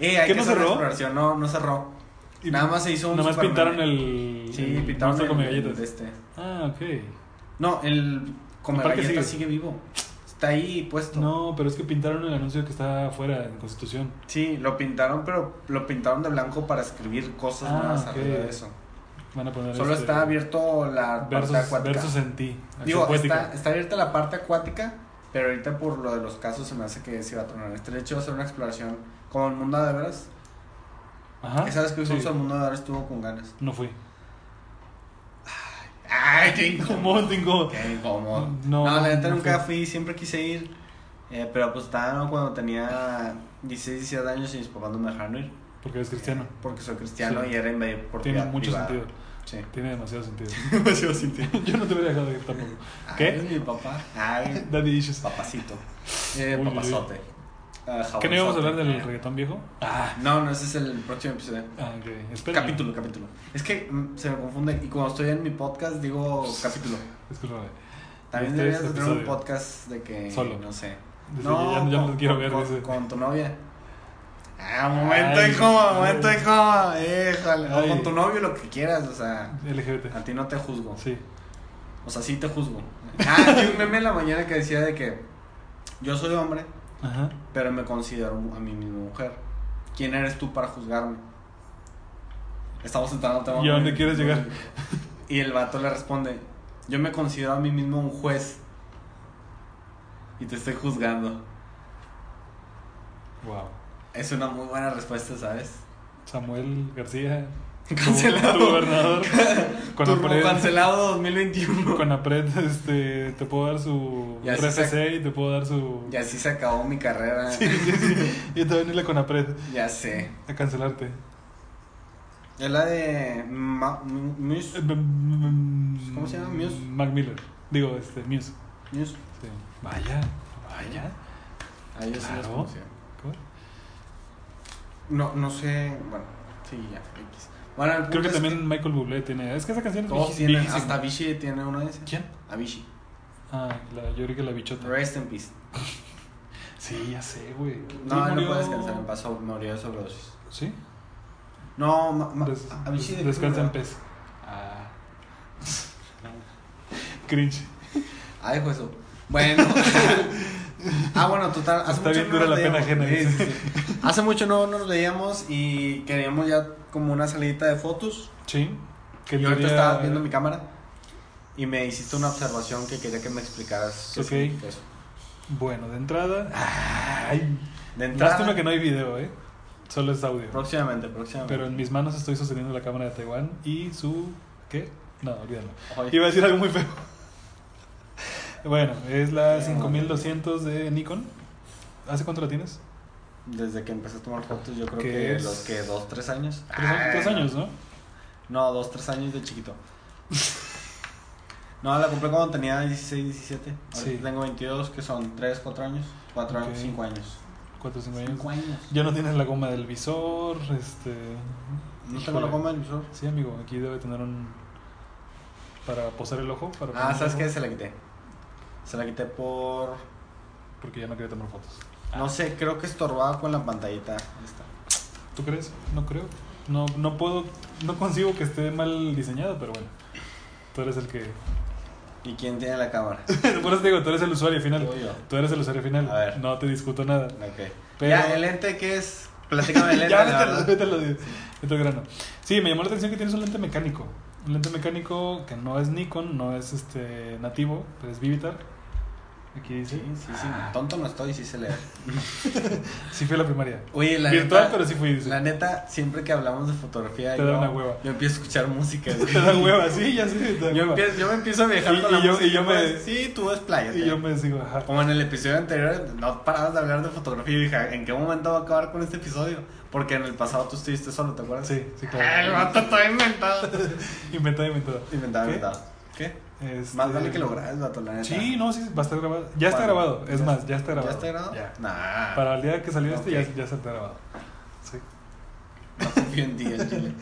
B: Ey, hay
A: ¿Qué,
B: que
A: no
B: hacer una
A: cerró?
B: exploración. No, no cerró.
A: Y
B: Nada más se hizo un
A: Nada más
B: Superman.
A: pintaron el.
B: Sí,
A: el
B: pintaron
A: monstruo
B: el,
A: come
B: de
A: galletas.
B: este.
A: Ah, ok.
B: No, el come
A: El parque
B: galletas sigue.
A: sigue.
B: vivo. Está ahí puesto.
A: No, pero es que pintaron el anuncio que está afuera en Constitución.
B: Sí, lo pintaron, pero lo pintaron de blanco para escribir cosas
A: Ah,
B: nuevas
A: ok.
B: arriba de eso.
A: Van a poner
B: Solo
A: este,
B: está abierto la
A: versus,
B: parte acuática.
A: versus en ti.
B: Digo,
A: acción
B: está,
A: poética.
B: está abierta la parte acuática, pero ahorita por lo de los casos se me hace que se va a tronar. Este de hecho va a ser una exploración como el mundo de veras.
A: Ajá.
B: Esa vez que
A: Sí.
B: fuimos al mundo de veras estuvo con ganas.
A: No fui.
B: ¡Ay, qué
A: ¿Cómo? Tengo.
B: Qué incómodo. No,
A: No,
B: la neta
A: no
B: nunca
A: fue.
B: fui, siempre quise ir. eh, pero pues estaba cuando tenía 16, 17 años y mis papás no me dejaron ir.
A: Porque eres cristiano.
B: Eh, porque soy cristiano
A: Sí.
B: y era en por
A: Tiene mucho sentido.
B: Sí.
A: Tiene demasiado sentido.
B: Demasiado sentido.
A: Yo no te hubiera dejado ir tampoco.
B: ¿Qué?
A: ¿Qué?
B: Es mi papá. Ay,
A: Daddy issues.
B: papacito. Eh,
A: Uy, uy, uy.
B: papazote. Ah,
A: ¿Qué no íbamos a
B: jabonzote.
A: hablar del reggaetón viejo? Ah,
B: No, no, ese es el próximo episodio.
A: ah, ok. Espérame.
B: Capítulo, capítulo. Es que mm, se me confunde. Y cuando estoy en mi podcast, digo capítulo.
A: Discúlpame.
B: También
A: Este es
B: deberías de tener un
A: episodio.
B: podcast de que.
A: Solo.
B: No sé.
A: Dice que ya, ya no quiero ver.
B: con,
A: dice.
B: con tu novia. Ah, momento
A: Ay,
B: y coma,
A: ay.
B: momento y coma. Híjole. O
A: Ay.
B: con tu novio lo que quieras, o sea. A
A: LGBT.
B: ti Ah, no te juzgo.
A: Sí.
B: O sea, sí te juzgo. Ah, vi un meme en la mañana que decía de que Yo soy hombre,
A: Ajá.
B: pero me considero a mí mismo mujer. ¿Quién eres tú para juzgarme? Estamos entrando en tema
A: ¿Y a
B: muy-
A: dónde quieres llegar?
B: Y el vato le responde, yo me considero a mí mismo un juez y te estoy juzgando.
A: Wow.
B: Es una muy buena respuesta, ¿sabes?
A: Samuel García. tu-
B: Cancelado.
A: Tu gobernador. Con
B: Turbo
A: Apred.
B: cancelado 2021.
A: Con Apred, este, te puedo dar su
B: Y así
A: RFC y te puedo dar su.
B: Y así se acabó mi carrera.
A: Sí, sí, sí. Y te va a venir la Conapred
B: Ya sé.
A: a cancelarte.
B: Es la de... Ma- M- Muse.
A: ¿Cómo
B: se llama? Muse.
A: Mac Miller. Digo, este, Muse.
B: Muse.
A: Sí. Vaya, vaya.
B: Ah, yo sí los
A: Claro.
B: conocía.
A: Cool.
B: No, no sé. Bueno, sí, ya. X. Bueno, el
A: Creo
B: punto
A: que
B: es
A: también Michael Bublé tiene. Es que esa canción es
B: todos
A: vieji-
B: tienen.
A: viejísima.
B: eh, Oh, Hasta Avicii tiene una de esas.
A: ¿Quién?
B: Avicii.
A: Ah, la, yo creo que la bichota.
B: Rest in peace.
A: Sí, ya sé, güey.
B: No,
A: Sí,
B: no
A: murió-
B: puede descansar en paz. sobre- Murió de sobredosis.
A: Sí.
B: No, ma, ma,
A: Des-
B: Avicii
A: des-
B: de
A: descansa en
B: cruda.
A: pez. Ah. Cringe.
B: Ay, pues eso. Bueno. ah, bueno, total. Hace
A: Está
B: mucho
A: bien
B: no
A: dura
B: nos
A: la pena
B: leíamos.
A: ajena,
B: Sí, sí, sí. Hace mucho no nos leíamos y queríamos ya como una salidita de fotos.
A: Sí.
B: Que yo
A: le
B: ahorita
A: haría-
B: estaba viendo mi cámara y me hiciste una observación que quería que me explicaras. qué
A: Ok.
B: significa eso.
A: Bueno, de entrada. Ay.
B: De entrada,
A: Lástima que no hay video, ¿eh? Solo es audio.
B: próximamente, próximamente.
A: Pero en mis manos estoy sosteniendo la cámara de Taiwán y su. ¿Qué? No, olvídalo.
B: Oye,
A: Iba a decir algo muy feo. Bueno, es la 5200 de Nikon. ¿Hace cuánto la tienes?
B: Desde que empecé a tomar fotos, yo creo
A: ¿Qué
B: que
A: es?
B: los que dos, tres años.
A: Tres, años- tres años, ¿no?
B: No, dos, tres años de chiquito. No, la compré cuando tenía 16, 17. Ahorita
A: Sí.
B: tengo 22, que son 3, 4 años. 4
A: Ok.
B: años, 5 años.
A: Cuatro o cinco años.
B: Cinco años.
A: Ya no tienes la goma del visor, este...
B: No tengo la
A: Híjole.
B: goma del visor.
A: Sí, amigo, aquí debe tener un... Para posar el ojo. Para
B: Ah,
A: poner
B: ¿sabes
A: el
B: qué?
A: ojo,
B: Se la quité. Se la quité por...
A: Porque ya no quería tomar fotos.
B: No sé, creo que estorbaba con la pantallita. esta.
A: ¿Tú crees? No creo. No, no puedo... No consigo que esté mal diseñado, pero bueno. Tú eres el que...
B: ¿Y quién tiene la cámara?
A: Por eso te digo, tú eres el usuario final.
B: Tú y yo.
A: Tú eres el usuario final.
B: A ver.
A: No te discuto nada.
B: Ok.
A: Pero-
B: Ya, ¿el lente qué es? Platícame el lente,
A: ya,
B: la
A: vete
B: verdad.
A: al- vete al- vete al grano. Sí, me llamó la atención que tienes un lente mecánico. Un lente mecánico que no es Nikon, no es este nativo, pero es Vivitar. Aquí dice.
B: Sí, sí, sí.
A: Ah.
B: Tonto no estoy, sí se le ve.
A: Sí fui a la primaria.
B: Oye, la
A: Virtual,
B: neta,
A: pero sí fui. dice.
B: La neta, siempre que hablamos de fotografía,
A: Te
B: yo,
A: da una hueva.
B: yo empiezo a escuchar música. güey.
A: Te da hueva, sí, ya sí. te da
B: Yo,
A: hueva.
B: empiezo, yo me empiezo a viajar
A: Y-
B: con
A: y
B: la
A: yo-
B: música.
A: y yo me-
B: pues, Sí, tú despláyate.
A: Y yo me sigo, ajá.
B: Como en el episodio anterior, no parabas de hablar de fotografía y dije, ¿en qué momento va a acabar con este episodio? Porque en el pasado tú estuviste solo, ¿te acuerdas?
A: Sí, sí,
B: Ah, El
A: claro.
B: vato está inventado.
A: Inventado, inventado.
B: inventado,
A: ¿Qué?
B: inventado. ¿Qué?
A: Este-
B: Más vale que lo grabes, vato, la neta.
A: Sí, no, sí, va a estar grabado. Ya está
B: Vale.
A: grabado, es más, ya está grabado.
B: ¿Ya está grabado?
A: Ya.
B: Nah.
A: Para el día que salió este,
B: Ok.
A: ya, ya está grabado. Sí.
B: No confío en ti, en Chile.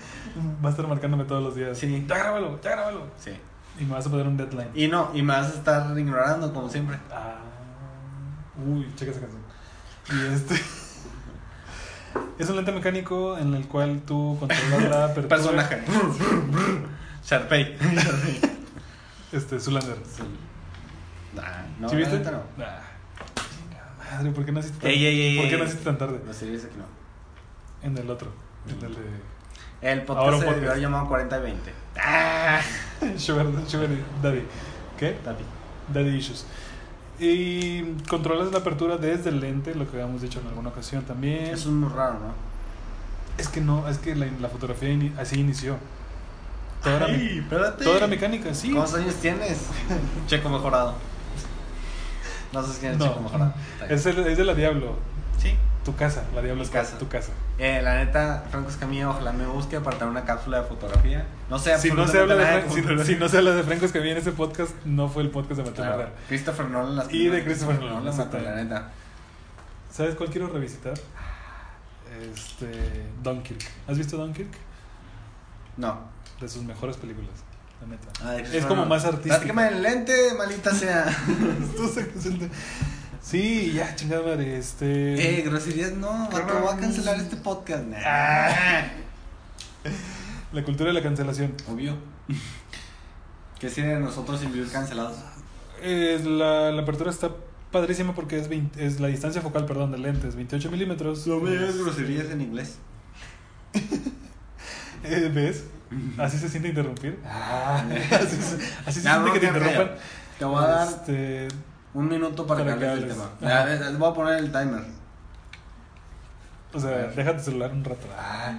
A: Va a estar marcándome todos los días.
B: Sí.
A: Ya grábalo, ya grábalo.
B: Sí.
A: Y me vas a poner un deadline.
B: Y no, y me vas a estar ignorando, como siempre.
A: Ah. Uy, checa esa canción. Y este. es un lente mecánico en el cual tú controlas la apertura.
B: Personaje. Sharpay.
A: Este, Zulander.
B: Nah, no,
A: ¿Sí
B: la
A: viste?
B: neta no.
A: Ah, chinga madre, ¿por qué no hiciste tan,
B: Ey, ey, ey,
A: ¿por qué
B: ey.
A: no hiciste tan tarde?
B: No series aquí no.
A: En el otro. En el
B: El podcast
A: Ahora un
B: se
A: podcast.
B: debió haber llamado 40 y 20. Ah,
A: de. Sugar, Sugar Daddy. ¿Qué?
B: Tapi.
A: Daddy Issues. Y controlas la apertura desde el lente, lo que habíamos dicho en alguna ocasión también.
B: Eso es muy raro, ¿no?
A: Es que no, es que la, la fotografía ini- así inició. Todo era, me-
B: Ay, espérate.
A: todo era mecánica, sí.
B: ¿Cuántos años tienes? Checo mejorado. No sé quién es
A: No.
B: Checo mejorado. Está bien.
A: Es, el- es de la Diablo,
B: Sí.
A: tu casa, la Diablo
B: Mi
A: es
B: casa.
A: tu casa.
B: Eh, la neta, Franco Escamilla, ojalá me busque para tener una cápsula de fotografía. No sé,
A: Si no, se habla
B: absolutamente
A: de
B: nada
A: Fran- si-
B: fotografía.
A: si no se habla de Franco es que viene ese podcast, no fue el podcast de Mateo
B: Claro,
A: Real.
B: Christopher Nolan las
A: Y de Christopher Nolan,
B: las mató, la
A: exactamente.
B: neta.
A: ¿Sabes cuál quiero revisitar? Este, Dunkirk. ¿Has visto Dunkirk?
B: No.
A: De sus mejores películas, la neta.
B: Ah, de
A: es
B: Christopher
A: como
B: Nolan.
A: más artístico.
B: Platícame el lente, malita sea.
A: Tú sacas el de- sí, ya, chingada madre, este...
B: eh, groserías no, vato, voy a cancelar este podcast. Nah.
A: Ah. La cultura de la cancelación.
B: Obvio. ¿Qué sirve de nosotros sin vivir cancelados?
A: Es la, la apertura está padrísimo porque es, 20 es la distancia focal, perdón, del lente, es 28 milímetros.
B: No me digas
A: Es-
B: groserías en inglés.
A: eh, ¿Ves? Así se siente interrumpir.
B: Ah.
A: así se, así se
B: Ya,
A: siente
B: no,
A: que te
B: ya,
A: interrumpan.
B: Te voy a dar
A: Este,
B: un minuto para,
A: para
B: cambiar
A: que
B: el tema.
A: hables.
B: Ya, a ver, les voy a poner el timer.
A: o sea, deja tu celular un rato.
B: Ah.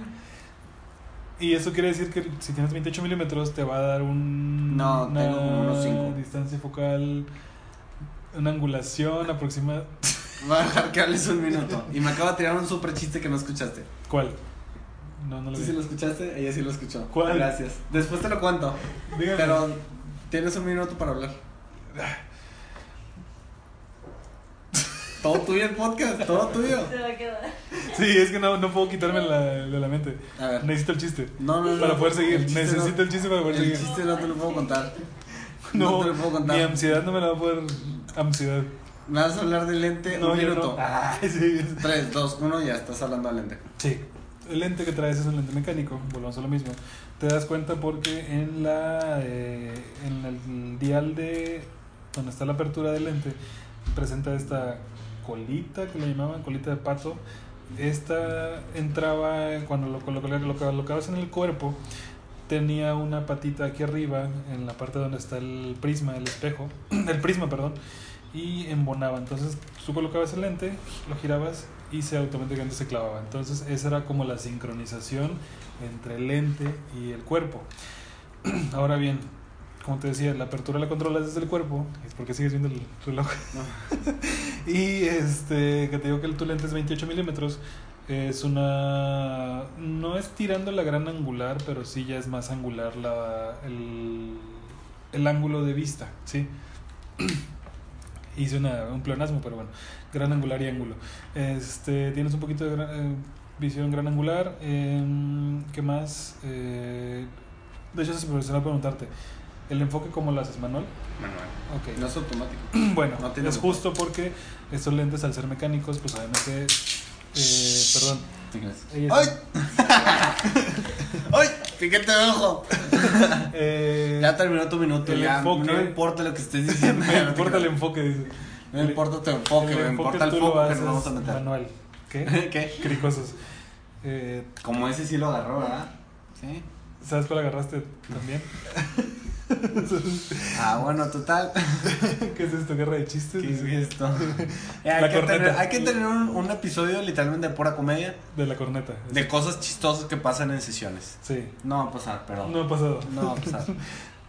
A: Y eso quiere decir que si tienes 28 milímetros te va a dar un,
B: No, tengo como unos cinco.
A: distancia focal, una angulación aproximada.
B: Voy a dejar que hables un minuto. Y me acaba de tirar un super chiste que no escuchaste.
A: ¿Cuál? No, no lo
B: ¿Tú
A: vi.
B: sí lo escuchaste? Ella sí lo escuchó.
A: ¿Cuál?
B: Gracias. Después te lo cuento.
A: Dígame.
B: Pero tienes un minuto para hablar. Todo tuyo el podcast, todo tuyo.
C: Se va a quedar.
A: Sí, es que no, no puedo quitarme la, de la mente.
B: A ver.
A: Necesito el chiste.
B: No, no, no.
A: Para poder seguir.
B: El chiste
A: Necesito el chiste para
B: no,
A: poder
B: el
A: seguir.
B: chiste no te lo puedo contar. No,
A: No,
B: te lo puedo
A: mi
B: contar.
A: ansiedad no me la va a poder. Ansiedad.
B: Me vas a hablar del lente
A: No,
B: Eh, un
A: yo
B: minuto.
A: no. Ah, sí.
B: 3, 2, 1, ya estás hablando al lente.
A: Sí. El lente que traes es un lente mecánico, volvamos a lo mismo. Te das cuenta porque en la eh, en el dial de donde está la apertura del lente presenta esta colita que le llamaban colita de pato. Esta entraba cuando lo, lo, lo- lo colocabas en el cuerpo tenía una patita aquí arriba en la parte donde está el prisma, el espejo, el prisma, perdón, y embonaba. Entonces tú colocabas el lente, lo girabas y se automáticamente se clavaba. Entonces esa era como la sincronización entre el lente y el cuerpo. Ahora bien, como te decía, la apertura la controlas desde el cuerpo, es porque sigues viendo el reloj. y este, que te digo que el- tu lente es 28 milímetros, es una... No es tirando la gran angular, pero sí ya es más angular la, el, el ángulo de vista, ¿sí? Hice una- un pleonasmo, pero bueno, gran angular y ángulo. Este, tienes un poquito de gran- eh, visión gran angular. em, ¿Qué más? Eh, de hecho, se me olvidó preguntarte. ¿El enfoque cómo lo haces, Manuel?
B: Manuel.
A: Ok.
B: No es automático.
A: Bueno,
B: No tiene
A: es
B: motor.
A: justo porque estos lentes, al ser mecánicos, pues obviamente. eh, perdón. Ella
B: ¡Ay!
A: sí.
B: ¡Ay! ¡Piquete de ojo!
A: eh,
B: Ya terminó tu minuto.
A: El
B: ya.
A: enfoque.
B: No me importa lo que estés diciendo.
A: me importa el enfoque, dice.
B: No me importa tu enfoque, me importa el
A: tú lo
B: foco que
A: haces,
B: nos vamos a meter.
A: Manuel. ¿Qué?
B: ¿Qué?
A: Cricosos. Eh,
B: Como ese sí lo agarró, ¿verdad? Sí.
A: ¿Sabes cuál agarraste también?
B: Ah, bueno, total.
A: ¿Qué es esto? ¿Guerra de chistes?
B: ¿Qué es esto? Eh,
A: La
B: hay, que
A: corneta.
B: tener, hay que tener un, un episodio literalmente de pura comedia
A: De la corneta.
B: de cosas chistosas que pasan en sesiones.
A: Sí.
B: No va a pasar, pero.
A: No ha pasado.
B: No va a pasar.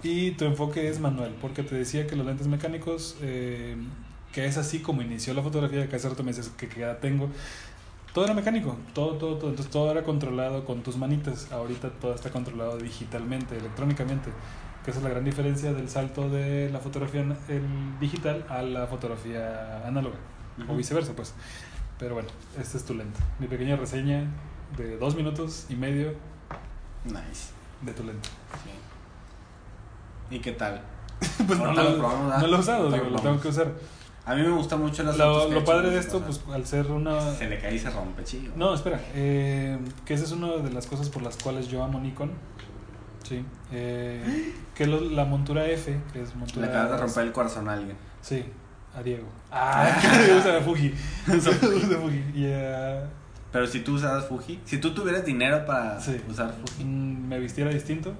A: Y tu enfoque es manual, porque te decía que los lentes mecánicos, eh, que es así como inició la fotografía, que hace rato me dices que, que ya tengo, todo era mecánico, todo, todo, todo. Entonces todo era controlado con tus manitas. Ahorita todo está controlado digitalmente, electrónicamente, que esa es la gran diferencia del salto de la fotografía en- en digital a la fotografía análoga, o viceversa, pues. Pero bueno, este es tu lente. Mi pequeña reseña de dos minutos y medio
B: Nice.
A: de tu lente.
B: Sí. ¿Y qué tal?
A: Pues no,
B: Ahorita
A: lo,
B: lo probamos, ¿verdad?
A: no lo he usado,
B: Ahorita
A: digo,
B: lo
A: lo tengo
B: probamos.
A: que usar.
B: A mí me gusta mucho las
A: Lo,
B: fotos que
A: lo
B: he hecho
A: padre
B: con
A: de
B: mis
A: esto,
B: cosas.
A: pues al ser una...
B: Se le cae y se rompe, chido.
A: No, espera, eh, que esa es una de las cosas por las cuales yo amo Nikon. Sí. eh, que lo- la montura F, que es
B: Le
A: montura...
B: acabas de romper el corazón a alguien.
A: Sí, a Diego. Ah, que usa la Fuji. Usa Fuji. Y ah, a-
B: Pero si tú usas Fuji, si tú tuvieras dinero para
A: Sí.
B: usar Fuji.
A: mm, me vistiera distinto.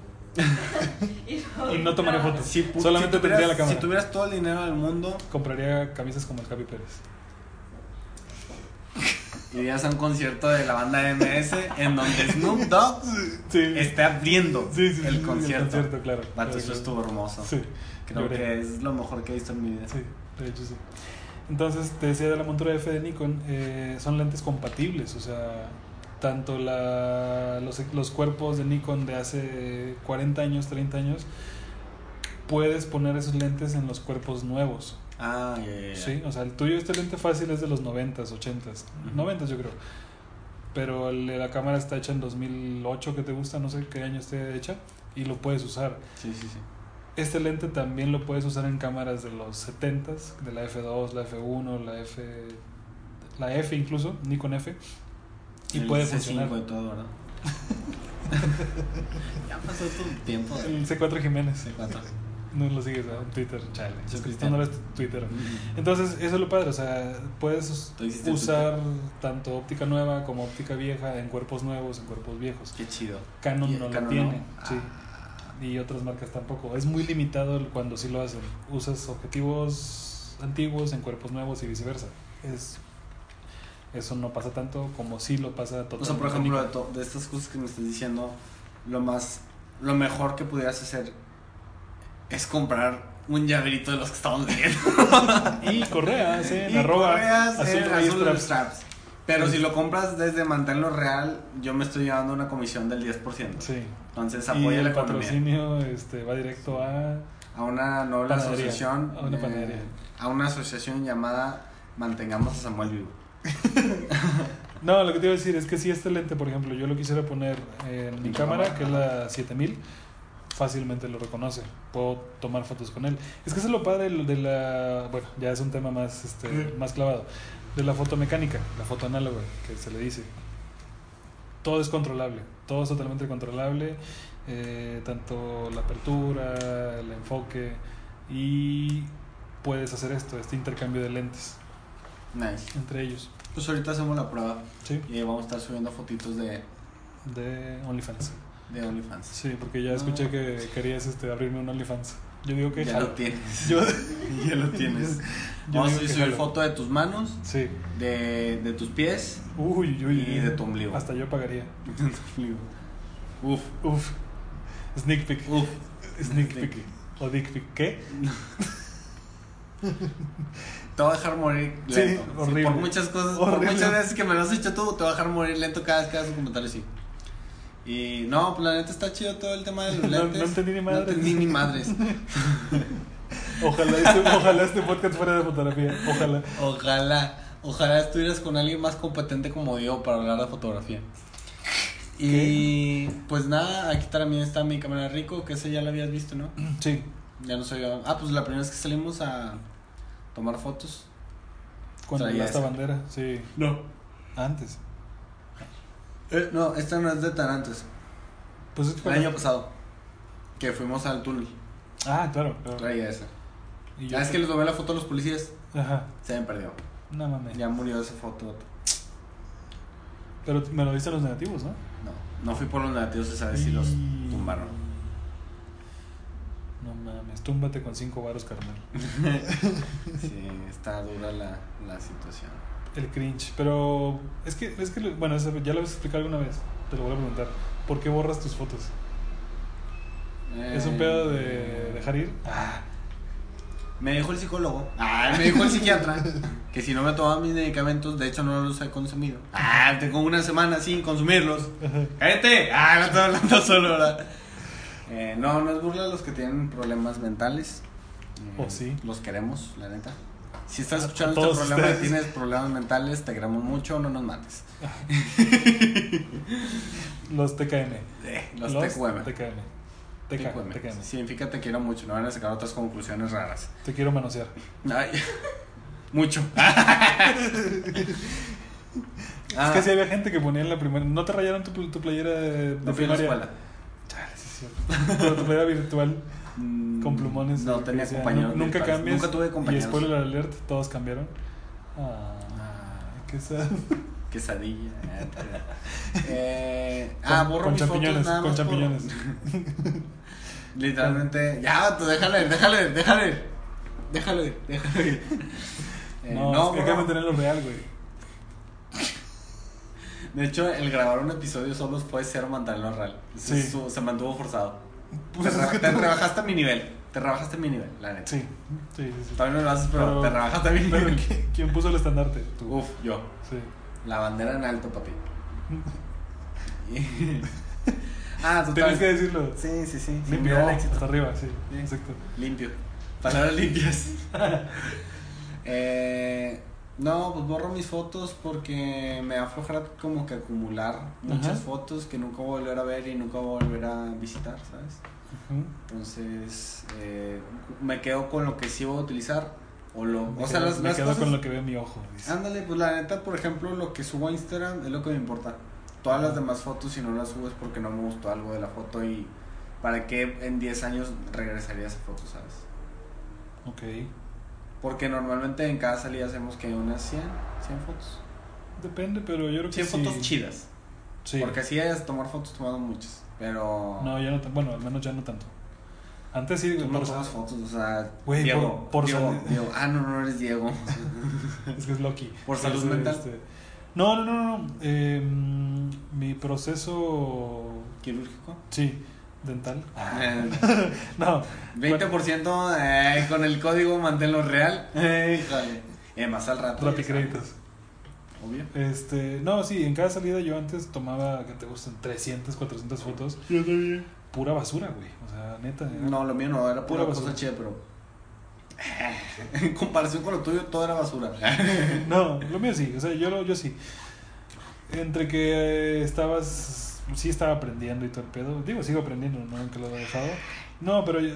C: Y
A: Y no tomaré fotos.
B: Si, pu-
A: Solamente
B: si tuvieras,
A: tendría la cámara.
B: Si tuvieras todo el dinero del mundo,
A: Compraría camisas como el Capi Pérez.
B: irías a un concierto de la banda MS en donde Snoop Dogg
A: Sí.
B: esté abriendo
A: Sí, sí, sí, sí,
B: el concierto.
A: claro.
B: Vato,
A: Claro,
B: eso
A: claro.
B: estuvo hermoso.
A: Sí.
B: Creo
A: lloré.
B: que es lo mejor que he visto en mi vida.
A: Sí, de hecho sí. Entonces, te decía de la montura F de Nikon, eh, son lentes compatibles, o sea, tanto la, los, los cuerpos de Nikon de hace 40 años, 30 años, puedes poner esos lentes en los cuerpos nuevos.
B: Ah, ya, ya, ya.
A: Sí, o sea, el tuyo, este lente fácil es de los 90s, 80s,
B: Ujú.
A: 90s yo creo. Pero el de la cámara está hecha en 2008, que te gusta, no sé qué año esté hecha, y lo puedes usar.
B: sí, sí, sí.
A: Este lente también lo puedes usar en cámaras de los 70s, de la F2, la F1, la F la F incluso, Nikon F. Y
B: El
A: puede
B: C5
A: funcionar.
B: y todo, ¿verdad? ya pasó tu tiempo.
A: El C4 Jiménez.
B: C4.
A: No lo sigues en Twitter, chale. Es que tú no eres Twitter. Entonces, eso es lo padre. O sea, puedes
B: Tú hiciste
A: usar tanto óptica nueva como óptica vieja en cuerpos nuevos, en cuerpos viejos.
B: Qué chido.
A: Canon
B: Y-
A: no lo
B: Canon
A: tiene.
B: no. Ah.
A: Sí. Y otras marcas tampoco. Es muy limitado el- cuando sí lo hacen. Usas objetivos antiguos en cuerpos nuevos y viceversa. Es. Eso no pasa tanto como sí lo pasa totalmente.
B: O sea, por ejemplo, de, to- de estas cosas que me estás diciendo, lo más, lo mejor que pudieras hacer es comprar un llaverito de los que estamos viendo.
A: Y correas en
B: Y
A: arroba
B: correas
A: azul
B: en
A: rayos
B: azul
A: traps.
B: rayos traps. Pero si lo compras desde mantenerlo real, yo me estoy llevando una comisión del 10%.
A: Sí.
B: Entonces
A: Y
B: apoya la
A: el
B: economía.
A: patrocinio este, va directo a
B: A una noble
A: Panadería.
B: asociación.
A: A una
B: eh,
A: panadería.
B: a una asociación llamada Mantengamos a Samuel Vivo.
A: No, lo que te iba a decir es que si este lente, por ejemplo, yo lo quisiera poner en mi
B: En tu
A: cámara,
B: cámara.
A: que es la 7000, fácilmente lo reconoce. Puedo tomar fotos con él. Es que eso es lo padre de la. Bueno, ya es un tema más, este,
B: Sí.
A: más clavado. De la foto mecánica, la foto análoga, que se le dice. Todo es controlable, todo es totalmente controlable, eh, tanto la apertura, el enfoque, y puedes hacer esto, este intercambio de lentes
B: Nice.
A: entre ellos.
B: Pues ahorita hacemos la prueba
A: Sí,
B: y ahí vamos a estar subiendo fotitos de,
A: de OnlyFans.
B: de OnlyFans.
A: Sí, porque ya escuché que querías este, abrirme un OnlyFans. Yo digo que
B: Ah. Ya
A: jalo.
B: lo tienes.
A: Yo,
B: Ya lo tienes.
A: yo
B: Vamos a
A: digo que
B: subir
A: jalo.
B: foto de tus manos,
A: Sí.
B: de, de tus pies
A: Uy, uy, uy.
B: y de tu ombligo.
A: Hasta yo pagaría.
B: Uf,
A: Uf. Sneak peek.
B: uf.
A: Sneak peek. O dick peek. ¿Qué?
B: Te voy a dejar morir lento.
A: Sí,
B: Sí,
A: horrible.
B: por muchas cosas,
A: Horrible.
B: por muchas veces que me lo has hecho tú, te voy a dejar morir lento cada vez que hagas un comentario así. Y no, pues la neta está chido todo el tema de los
A: No- no
B: lentes.
A: entendí ni madres.
B: No entendí ni madres.
A: Ojalá este, ojalá este podcast fuera de fotografía. Ojalá.
B: Ojalá, ojalá estuvieras con alguien más competente como yo para hablar de fotografía. Y pues nada, aquí también está mi cámara rico, que ese ya la habías visto, ¿no?
A: Sí.
B: Ya no soy yo. Ah, pues la primera vez que salimos a tomar fotos.
A: Cuando
B: Traía
A: esta
B: esa.
A: bandera. Sí.
B: No.
A: Antes.
B: Eh, no, esta no es de tan antes.
A: Pues es que
B: El
A: cuando-
B: año pasado, que fuimos al túnel,
A: Ah, claro. claro.
B: traía esa.
A: Y yo-
B: Ya es que le tomé la foto a los policías,
A: Ajá.
B: se me perdió.
A: No mames.
B: Ya murió esa foto.
A: Pero me lo dicen los negativos, ¿no?
B: No, no fui por los negativos esa vez y los
A: Y-
B: tumbaron.
A: No mames, túmbate con cinco varos, carnal.
B: Sí, está dura la, la situación.
A: El cringe, pero es que, es que, bueno, eso ya lo habías explicado alguna vez, te lo voy a preguntar. ¿Por qué borras tus fotos? ¿Es un pedo
B: Eh,
A: de dejar ir? Ah,
B: Me dijo el psicólogo. Ah, me dijo el psiquiatra. que si no me tomaba mis medicamentos, de hecho no los he consumido. Ah, tengo una semana sin consumirlos. ¡Cállate! Ah, no estoy hablando solo, ¿verdad? Eh, no, no es burla los que tienen problemas mentales. Eh,
A: ¿O sí?
B: Los queremos, la neta. Si estás
A: A- a
B: escuchando este
A: todos
B: programa y
A: ustedes.
B: tienes problemas mentales, te queremos mucho, no nos mates.
A: los TKM.
B: Eh, los, TQM.
A: TKM.
B: TQM.
A: TKM. TKM.
B: Significa te quiero mucho, no van a sacar otras conclusiones raras.
A: Te quiero manosear.
B: Ay, mucho. Ah.
A: Es que si había gente que ponía en la primera. ¿No te rayaron tu, pl- tu playera de, de
B: no fui a la
A: primaria?
B: escuela.
A: Chale, sí es cierto. Pero tu playera virtual con plumones.
B: No
A: que
B: tenía
A: decía,
B: compañeros.
A: "Nu- Nunca
B: virtuales.
A: cambies.
B: Nunca tuve
A: Y
B: compañeros.
A: spoiler alert, todos cambiaron. Ah,
B: Ah,
A: qué sad.
B: quesadilla. eh, ah,
A: Con-
B: borro
A: con
B: mis
A: champiñones,
B: fotos nada
A: con
B: más por-
A: champiñones.
B: Literalmente, ya, tú déjale, déjale, déjale. Déjale, déjale. Eh,
A: no, es que hay que
B: borro-
A: mantenerlo real, güey.
B: De hecho, el grabar un episodio solo fue cero mantenerlo real. Eso
A: Sí.
B: estuvo- se mantuvo forzado.
A: Pues
B: te,
A: es
B: reba-
A: que
B: te
A: tú-
B: rebajaste mi nivel. Te rebajaste mi nivel, la neta.
A: Sí, sí, sí. sí.
B: Todavía no lo haces, pero,
A: Pero-
B: te rebajaste mi
A: Pero,
B: nivel.
A: ¿qui- ¿Quién puso el estandarte? Tú.
B: Uf, yo.
A: Sí.
B: La bandera en alto, papi. ah, total.
A: Tienes que decirlo.
B: Sí, sí, sí. Sin
A: Limpio.
B: mirar al
A: Hasta
B: éxito.
A: arriba, sí.
B: Sí.
A: Exacto.
B: Limpio. Palabras limpias. Eh, no, pues borro mis fotos porque me va a aflojar como que acumular muchas
A: Ajá.
B: fotos que nunca voy a volver a ver y nunca voy a volver a visitar, ¿sabes?
A: Ujú.
B: Entonces, eh, me quedo con lo que sí voy a utilizar. O, lo,
A: Me
B: o sea,
A: quedo-
B: las,
A: me
B: las
A: quedo
B: cosas-
A: con lo que veo mi ojo. dice.
B: Ándale, pues la neta, por ejemplo, lo que subo a Instagram es lo que me importa. Todas las demás fotos, si no las subes porque no me gustó algo de la foto y ¿para qué en 10 años regresarías a foto, sabes?
A: Ok.
B: Porque normalmente en cada salida hacemos que unas 100, 100 fotos.
A: Depende, pero yo creo que
B: 100
A: sí.
B: fotos chidas.
A: Sí.
B: Porque así es tomar fotos tomado muchas, pero
A: No, ya no tan- bueno, al menos ya no tanto. Antes sí,
B: tú no
A: por-
B: tomas fotos, o sea,
A: Güey,
B: Diego,
A: por- por
B: Diego,
A: salud.
B: Diego. ah, no, no eres Diego.
A: es que es Loki.
B: Por salud
A: Este,
B: mental.
A: este, No, no, no, no. Eh, mm, mi proceso,
B: Quirúrgico.
A: sí, dental.
B: Eh,
A: No,
B: 20% eh, con el código manténlo real. Eh, híjole. Eh, más al rato. ya
A: rapicréditos.
B: sabes, Obvio.
A: Este, no, sí, en cada salida yo antes tomaba, que te gustan, 300, 400 fotos.
B: Yo también.
A: Pura basura, güey. O sea, neta. ¿eh? era-
B: No, lo mío no, era pura
A: Pura basura.
B: cosa chida, pero. eh, En comparación con lo tuyo, todo era basura.
A: No, lo mío sí, o sea, yo, lo- yo sí. Entre que eh, estabas, sí estaba aprendiendo y todo el pedo. Digo, sigo aprendiendo, no nunca lo he dejado. No, pero yo-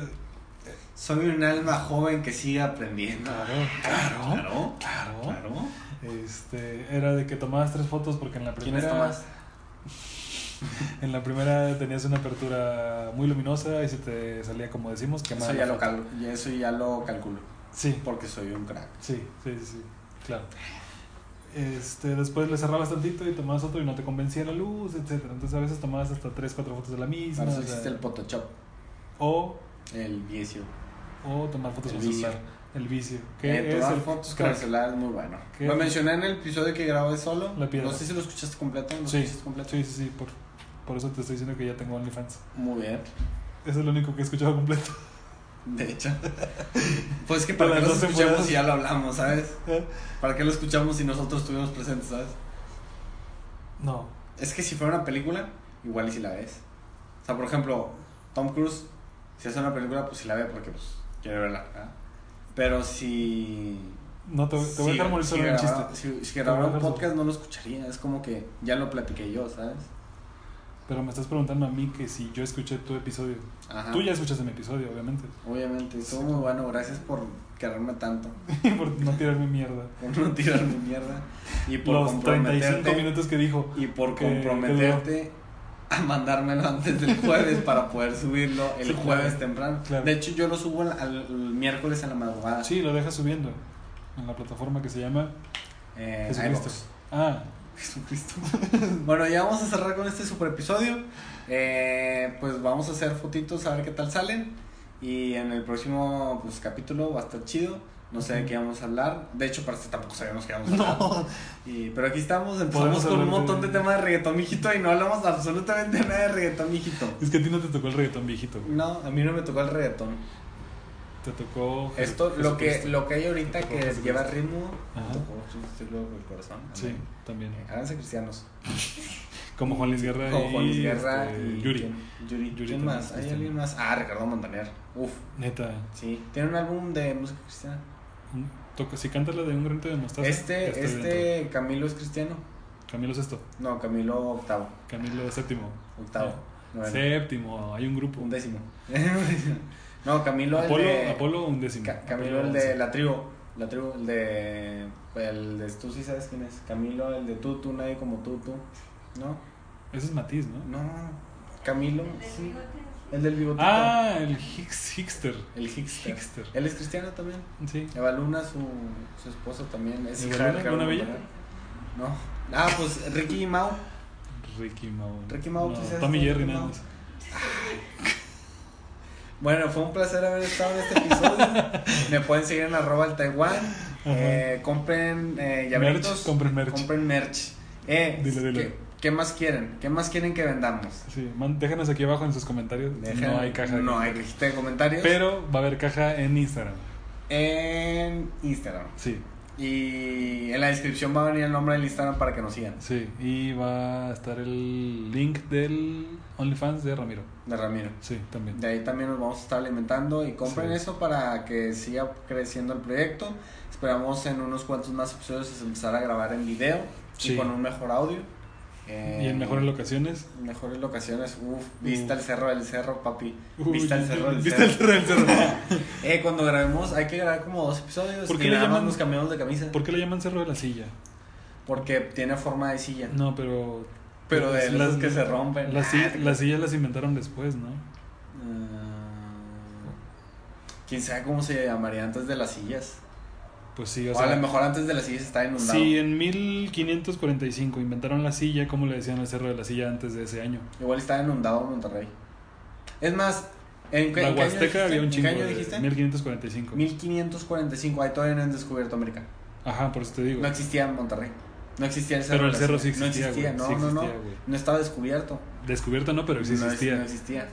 B: Soy un alma joven que sigue aprendiendo.
A: claro, claro,
B: Claro.
A: claro.
B: Claro.
A: Este, era de que tomabas tres fotos porque en la primera
B: ¿Quiénes tomas?
A: en la primera tenías una apertura muy luminosa y se te salía como decimos que
B: Eso ya, lo cal- ya- eso ya lo calculo.
A: Sí,
B: Porque soy un crack.
A: sí, sí, sí, sí, claro. Este, después le cerrabas tantito y tomabas otro y no te convencía la luz, etcétera. Entonces a veces tomabas hasta tres, cuatro fotos de la misma.
B: Para eso
A: o sea,
B: existe el Photoshop,
A: O,
B: el vicio.
A: o tomar fotos
B: El
A: con
B: vicio.
A: celular. El vicio.
B: Eh,
A: Que es
B: tomar
A: el
B: fotos con
A: crack.
B: el celular es muy bueno.
A: ¿Qué?
B: Lo mencioné en el episodio que grabé solo.
A: La piedra.
B: No sé si lo escuchaste completo. ¿Lo
A: Sí, sí,
B: escuchaste completo?
A: sí, sí. Por, por eso te estoy diciendo que ya tengo OnlyFans.
B: Muy bien.
A: Eso es lo único que he escuchado completo.
B: De hecho. Pues que
A: Para
B: para qué
A: las Eh.
B: lo
A: dos
B: escuchamos
A: temporadas.
B: si ya lo hablamos, ¿sabes? ¿Para qué lo escuchamos si nosotros estuvimos presentes, ¿sabes?
A: No.
B: Es que si fuera una película, igual y si la ves. O sea, por ejemplo, Tom Cruise, si hace una película, pues si la ve porque pues, quiere verla. ¿verdad? Pero si.
A: No, te, te voy a
B: si-
A: dejar morir solo
B: si
A: en un chiste.
B: grabara- Si, si
A: Te voy a
B: grabara un
A: dejar solo.
B: podcast, no lo escucharía. Es como que ya lo platiqué yo, ¿sabes?
A: Pero me estás preguntando a mí que si yo escuché tu episodio.
B: Ajá.
A: Tú ya escuchaste mi episodio, obviamente.
B: Obviamente, estuvo muy bueno. Gracias por quererme tanto.
A: por no tirarme mierda.
B: Por no tirarme mierda. Y por
A: Los 35
B: comprometerte.
A: minutos que dijo.
B: Y por
A: que-
B: comprometerte a mandármelo antes del jueves para poder subirlo el
A: Sí, claro.
B: jueves temprano.
A: Claro.
B: De hecho, yo lo subo al, al- al miércoles en la madrugada.
A: Sí, lo dejas subiendo. En la plataforma que se llama
B: Eh,
A: Jesucristo.
B: iVoox.
A: Ah,
B: Jesucristo. bueno, ya vamos a cerrar con este super episodio. Eh, pues vamos a hacer fotitos a ver qué tal salen. Y en el próximo pues, capítulo va a estar chido. No sé de qué vamos a hablar. De hecho, para este tampoco sabemos qué vamos a hablar.
A: no.
B: Y- pero aquí estamos, empezamos
A: Podemos
B: con un
A: hablar de-
B: montón de temas de reggaetón, mijito. Y no hablamos absolutamente nada de reggaetón, mijito.
A: Es que a ti no te tocó el reggaetón viejito. güey.
B: No, a mí no me tocó el reggaetón.
A: Te tocó. Jes-
B: Esto, lo que,
A: Jesucristo.
B: lo que hay ahorita que
A: Jesucristo.
B: lleva ritmo,
A: Ajá.
B: me tocó Jesucristo del corazón. amén.
A: Sí, también.
B: Eh, Háganse cristianos.
A: Como Juan Luis Guerra
B: Como
A: y.
B: Juan Luis Guerra
A: este,
B: y
A: Yuri.
B: ¿quién? Yuri.
A: Yuri
B: ¿Quién
A: también es
B: más? ¿Hay
A: cristiano.
B: alguien más? Ah, Ricardo Montaner. Uf,
A: Neta.
B: sí. Tiene un álbum de música cristiana.
A: un- toca- si cantas la de un granito de mostaza. ya
B: Este,
A: estoy dentro.
B: este Camilo es cristiano.
A: Camilo Sexto.
B: No, Camilo octavo.
A: Camilo Séptimo.
B: Octavo.
A: Oh,
B: noveno,
A: Séptimo. Hay un grupo.
B: Un décimo. no, Camilo el
A: Apolo,
B: de.
A: Apolo un décimo.
B: Ca- Camilo el de la tribu. La tribu, el de. El de tú sí sabes quién es. Camilo, el de tú, tú, nadie como tú, tú. ¿No?
A: Ese es Matiz, ¿no?
B: No. Camilo. sí. El
C: El
B: del bigotito.
A: Ah, el Hicks- Hickster.
B: El hipster.
A: Hickster.
B: Él es cristiano también.
A: Sí.
B: Eva Luna, su, su esposo también. Es
A: ¿Eva
B: hija de
A: Luna?
B: Ricardo
A: ¿Luna Bella?
B: Montaner. No. Ah, pues Ricky y Mau.
A: Ricky Mau.
B: Ricky Mau,
A: No,
B: ¿tú sabes
A: Tommy
B: quién es
A: Jerry,
B: Ricky
A: nada
B: Mau?
A: más.
B: Bueno, fue un placer haber estado en este episodio. Me pueden seguir en arroba al Taiwán. Eh, compren eh, llaveritos.
A: Merch, compren merch.
B: Compren merch. Eh,
A: Dile, dile.
B: ¿qué, qué más quieren? ¿Qué más quieren que vendamos?
A: Sí, man, déjanos aquí abajo en sus comentarios.
B: Dejen-
A: no hay caja.
B: No hay cajita de comentarios.
A: Pero va a haber caja en Instagram.
B: En Instagram.
A: Sí,
B: Y en la descripción va a venir el nombre del Instagram para que nos sigan.
A: sí. Y va a estar el link del OnlyFans de Ramiro.
B: De Ramiro.
A: Sí, también.
B: De ahí también nos vamos a estar alimentando y compren
A: Sí.
B: eso para que siga creciendo el proyecto. Esperamos en unos cuantos más episodios empezar a grabar en video y
A: Sí.
B: con un mejor audio. Eh,
A: Y en mejores locaciones.
B: en mejores locaciones. Uf, vista
A: Uf.
B: el cerro del cerro, papi.
A: Uy,
B: Vista el cerro del
A: vista
B: cerro.
A: el cerro del cerro.
B: Eh, cuando grabemos hay que grabar como dos episodios
A: ¿Por qué
B: y
A: le
B: nada más
A: llaman-
B: nos cambiamos de camisa
A: ¿Por qué le llaman cerro de la silla?
B: porque tiene forma de silla.
A: No, pero.
B: Pero de esas que se rompen.
A: Las, si-
B: Ah, te-
A: las sillas las inventaron después, ¿no?
B: Mm, Quién sabe cómo se llamaría antes de las sillas.
A: Pues sí,
B: O,
A: o
B: a lo
A: sea.
B: mejor antes de las sillas está inundado.
A: Si en 1545 inventaron la silla, ¿cómo le decían al cerro de la silla antes de ese año?
B: Igual está inundado Monterrey. Es más, ¿en qué,
A: la
B: en qué año
A: Huasteca
B: dijiste?
A: había un
B: ¿En
A: chingo.
B: qué año
A: de-
B: dijiste?
A: 1545.
B: 1545, ahí todavía no han descubierto América.
A: Ajá, por eso te digo.
B: No existía en Monterrey. No existía el cerro.
A: Pero el
B: de la
A: cerro
B: Silla.
A: sí
B: No
A: existía,
B: existía,
A: güey,
B: no,
A: sí
B: no, no.
A: existía, güey.
B: No estaba descubierto.
A: Descubierto no, pero sí
B: No es-
A: existía.
B: no existía.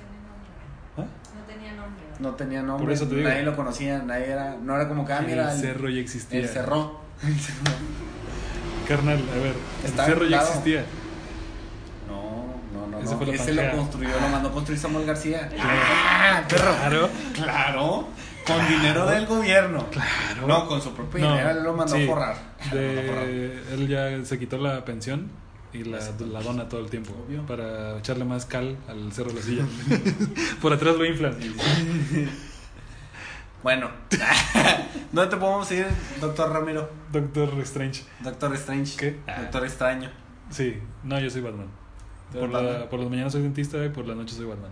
A: ¿Ah?
C: No tenía nombre.
B: No tenía nombre.
A: Por eso te digo.
B: Nadie lo conocía, nadie era. No era como que, ah, mira,
A: el
B: el,
A: cerro ya existía.
B: el cerro.
A: Carnal, a ver.
B: Está
A: el cerro ya
B: claro.
A: existía.
B: No, no, no.
A: Ese
B: no.
A: fue la
B: Ese lo
A: Pangea.
B: construyó, lo mandó construir Samuel García.
A: Claro,
B: ¡Ah, perro!
A: claro.
B: Claro, con dinero del gobierno.
A: claro.
B: No, con su propio
A: No,
B: dinero él lo mandó
A: sí.
B: a forrar. Lo mandó a forrar.
A: De, él ya se quitó la pensión y la, la dona todo el tiempo
B: Obvio.
A: para echarle más cal al cerro de la silla. Por atrás lo inflan.
B: Bueno, ¿dónde te podemos ir, doctor Ramiro?
A: Doctor Strange.
B: Doctor Strange.
A: ¿Qué?
B: Doctor Extraño.
A: Sí, no, yo soy Batman.
B: ¿Tú
A: Por,
B: eres
A: la-
B: Batman?
A: por las mañanas soy dentista y por las noches soy Batman.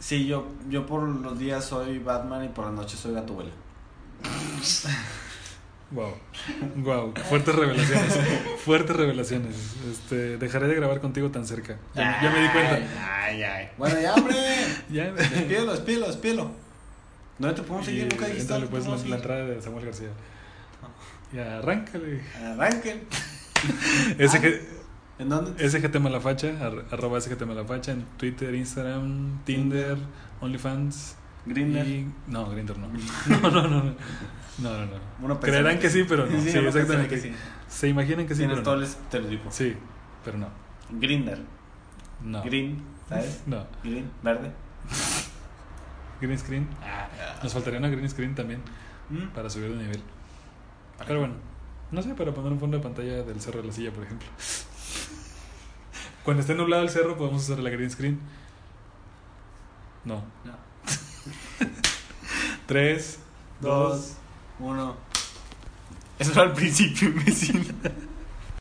B: Sí, yo, yo por los días soy Batman y por la noche soy Gatuela.
A: Wow, wow, fuertes revelaciones, fuertes revelaciones. Este, dejaré de grabar contigo tan cerca. Ya, ya me di cuenta.
B: Ay,
A: Eh.
B: ay. Bueno, ya, hombre.
A: Ya.
B: Despídelo, despídelo, despídelo. ¿Dónde te podemos
A: Y,
B: seguir? Nunca dijiste.
A: entrale,
B: dónde
A: pues
B: te
A: la,
B: podemos
A: la
B: seguir.
A: entrada de Samuel García.
B: Ah.
A: Y arráncale.
B: Arranquen. Ah.
A: SG,
B: ¿En dónde?
A: SGT Malafacha, ar- arroba SGT Malafacha en Twitter, Instagram, Tinder, OnlyFans.
B: Grindr.
A: y- No, Grindr no. No, no, no. No, no, no.
B: Uno pensaba
A: Creerán que sí, pero no. Sí,
B: uno pensaba
A: exactamente.
B: que sí.
A: Se imaginan que sí,
B: Tienes
A: pero
B: todo
A: no.
B: el estereotipo.
A: Sí, pero no.
B: Grinder.
A: No.
B: Green, ¿sabes?
A: No.
B: Green, verde.
A: Green screen. Nos faltaría una green screen también
B: Mm.
A: para subir de nivel. Pero bueno, no sé, para poner un fondo de pantalla del cerro de la silla, por ejemplo. Cuando esté nublado el cerro, podemos usar la green screen. No.
B: No.
A: Tres,
B: Dos, uno. Eso era al principio, imbécil.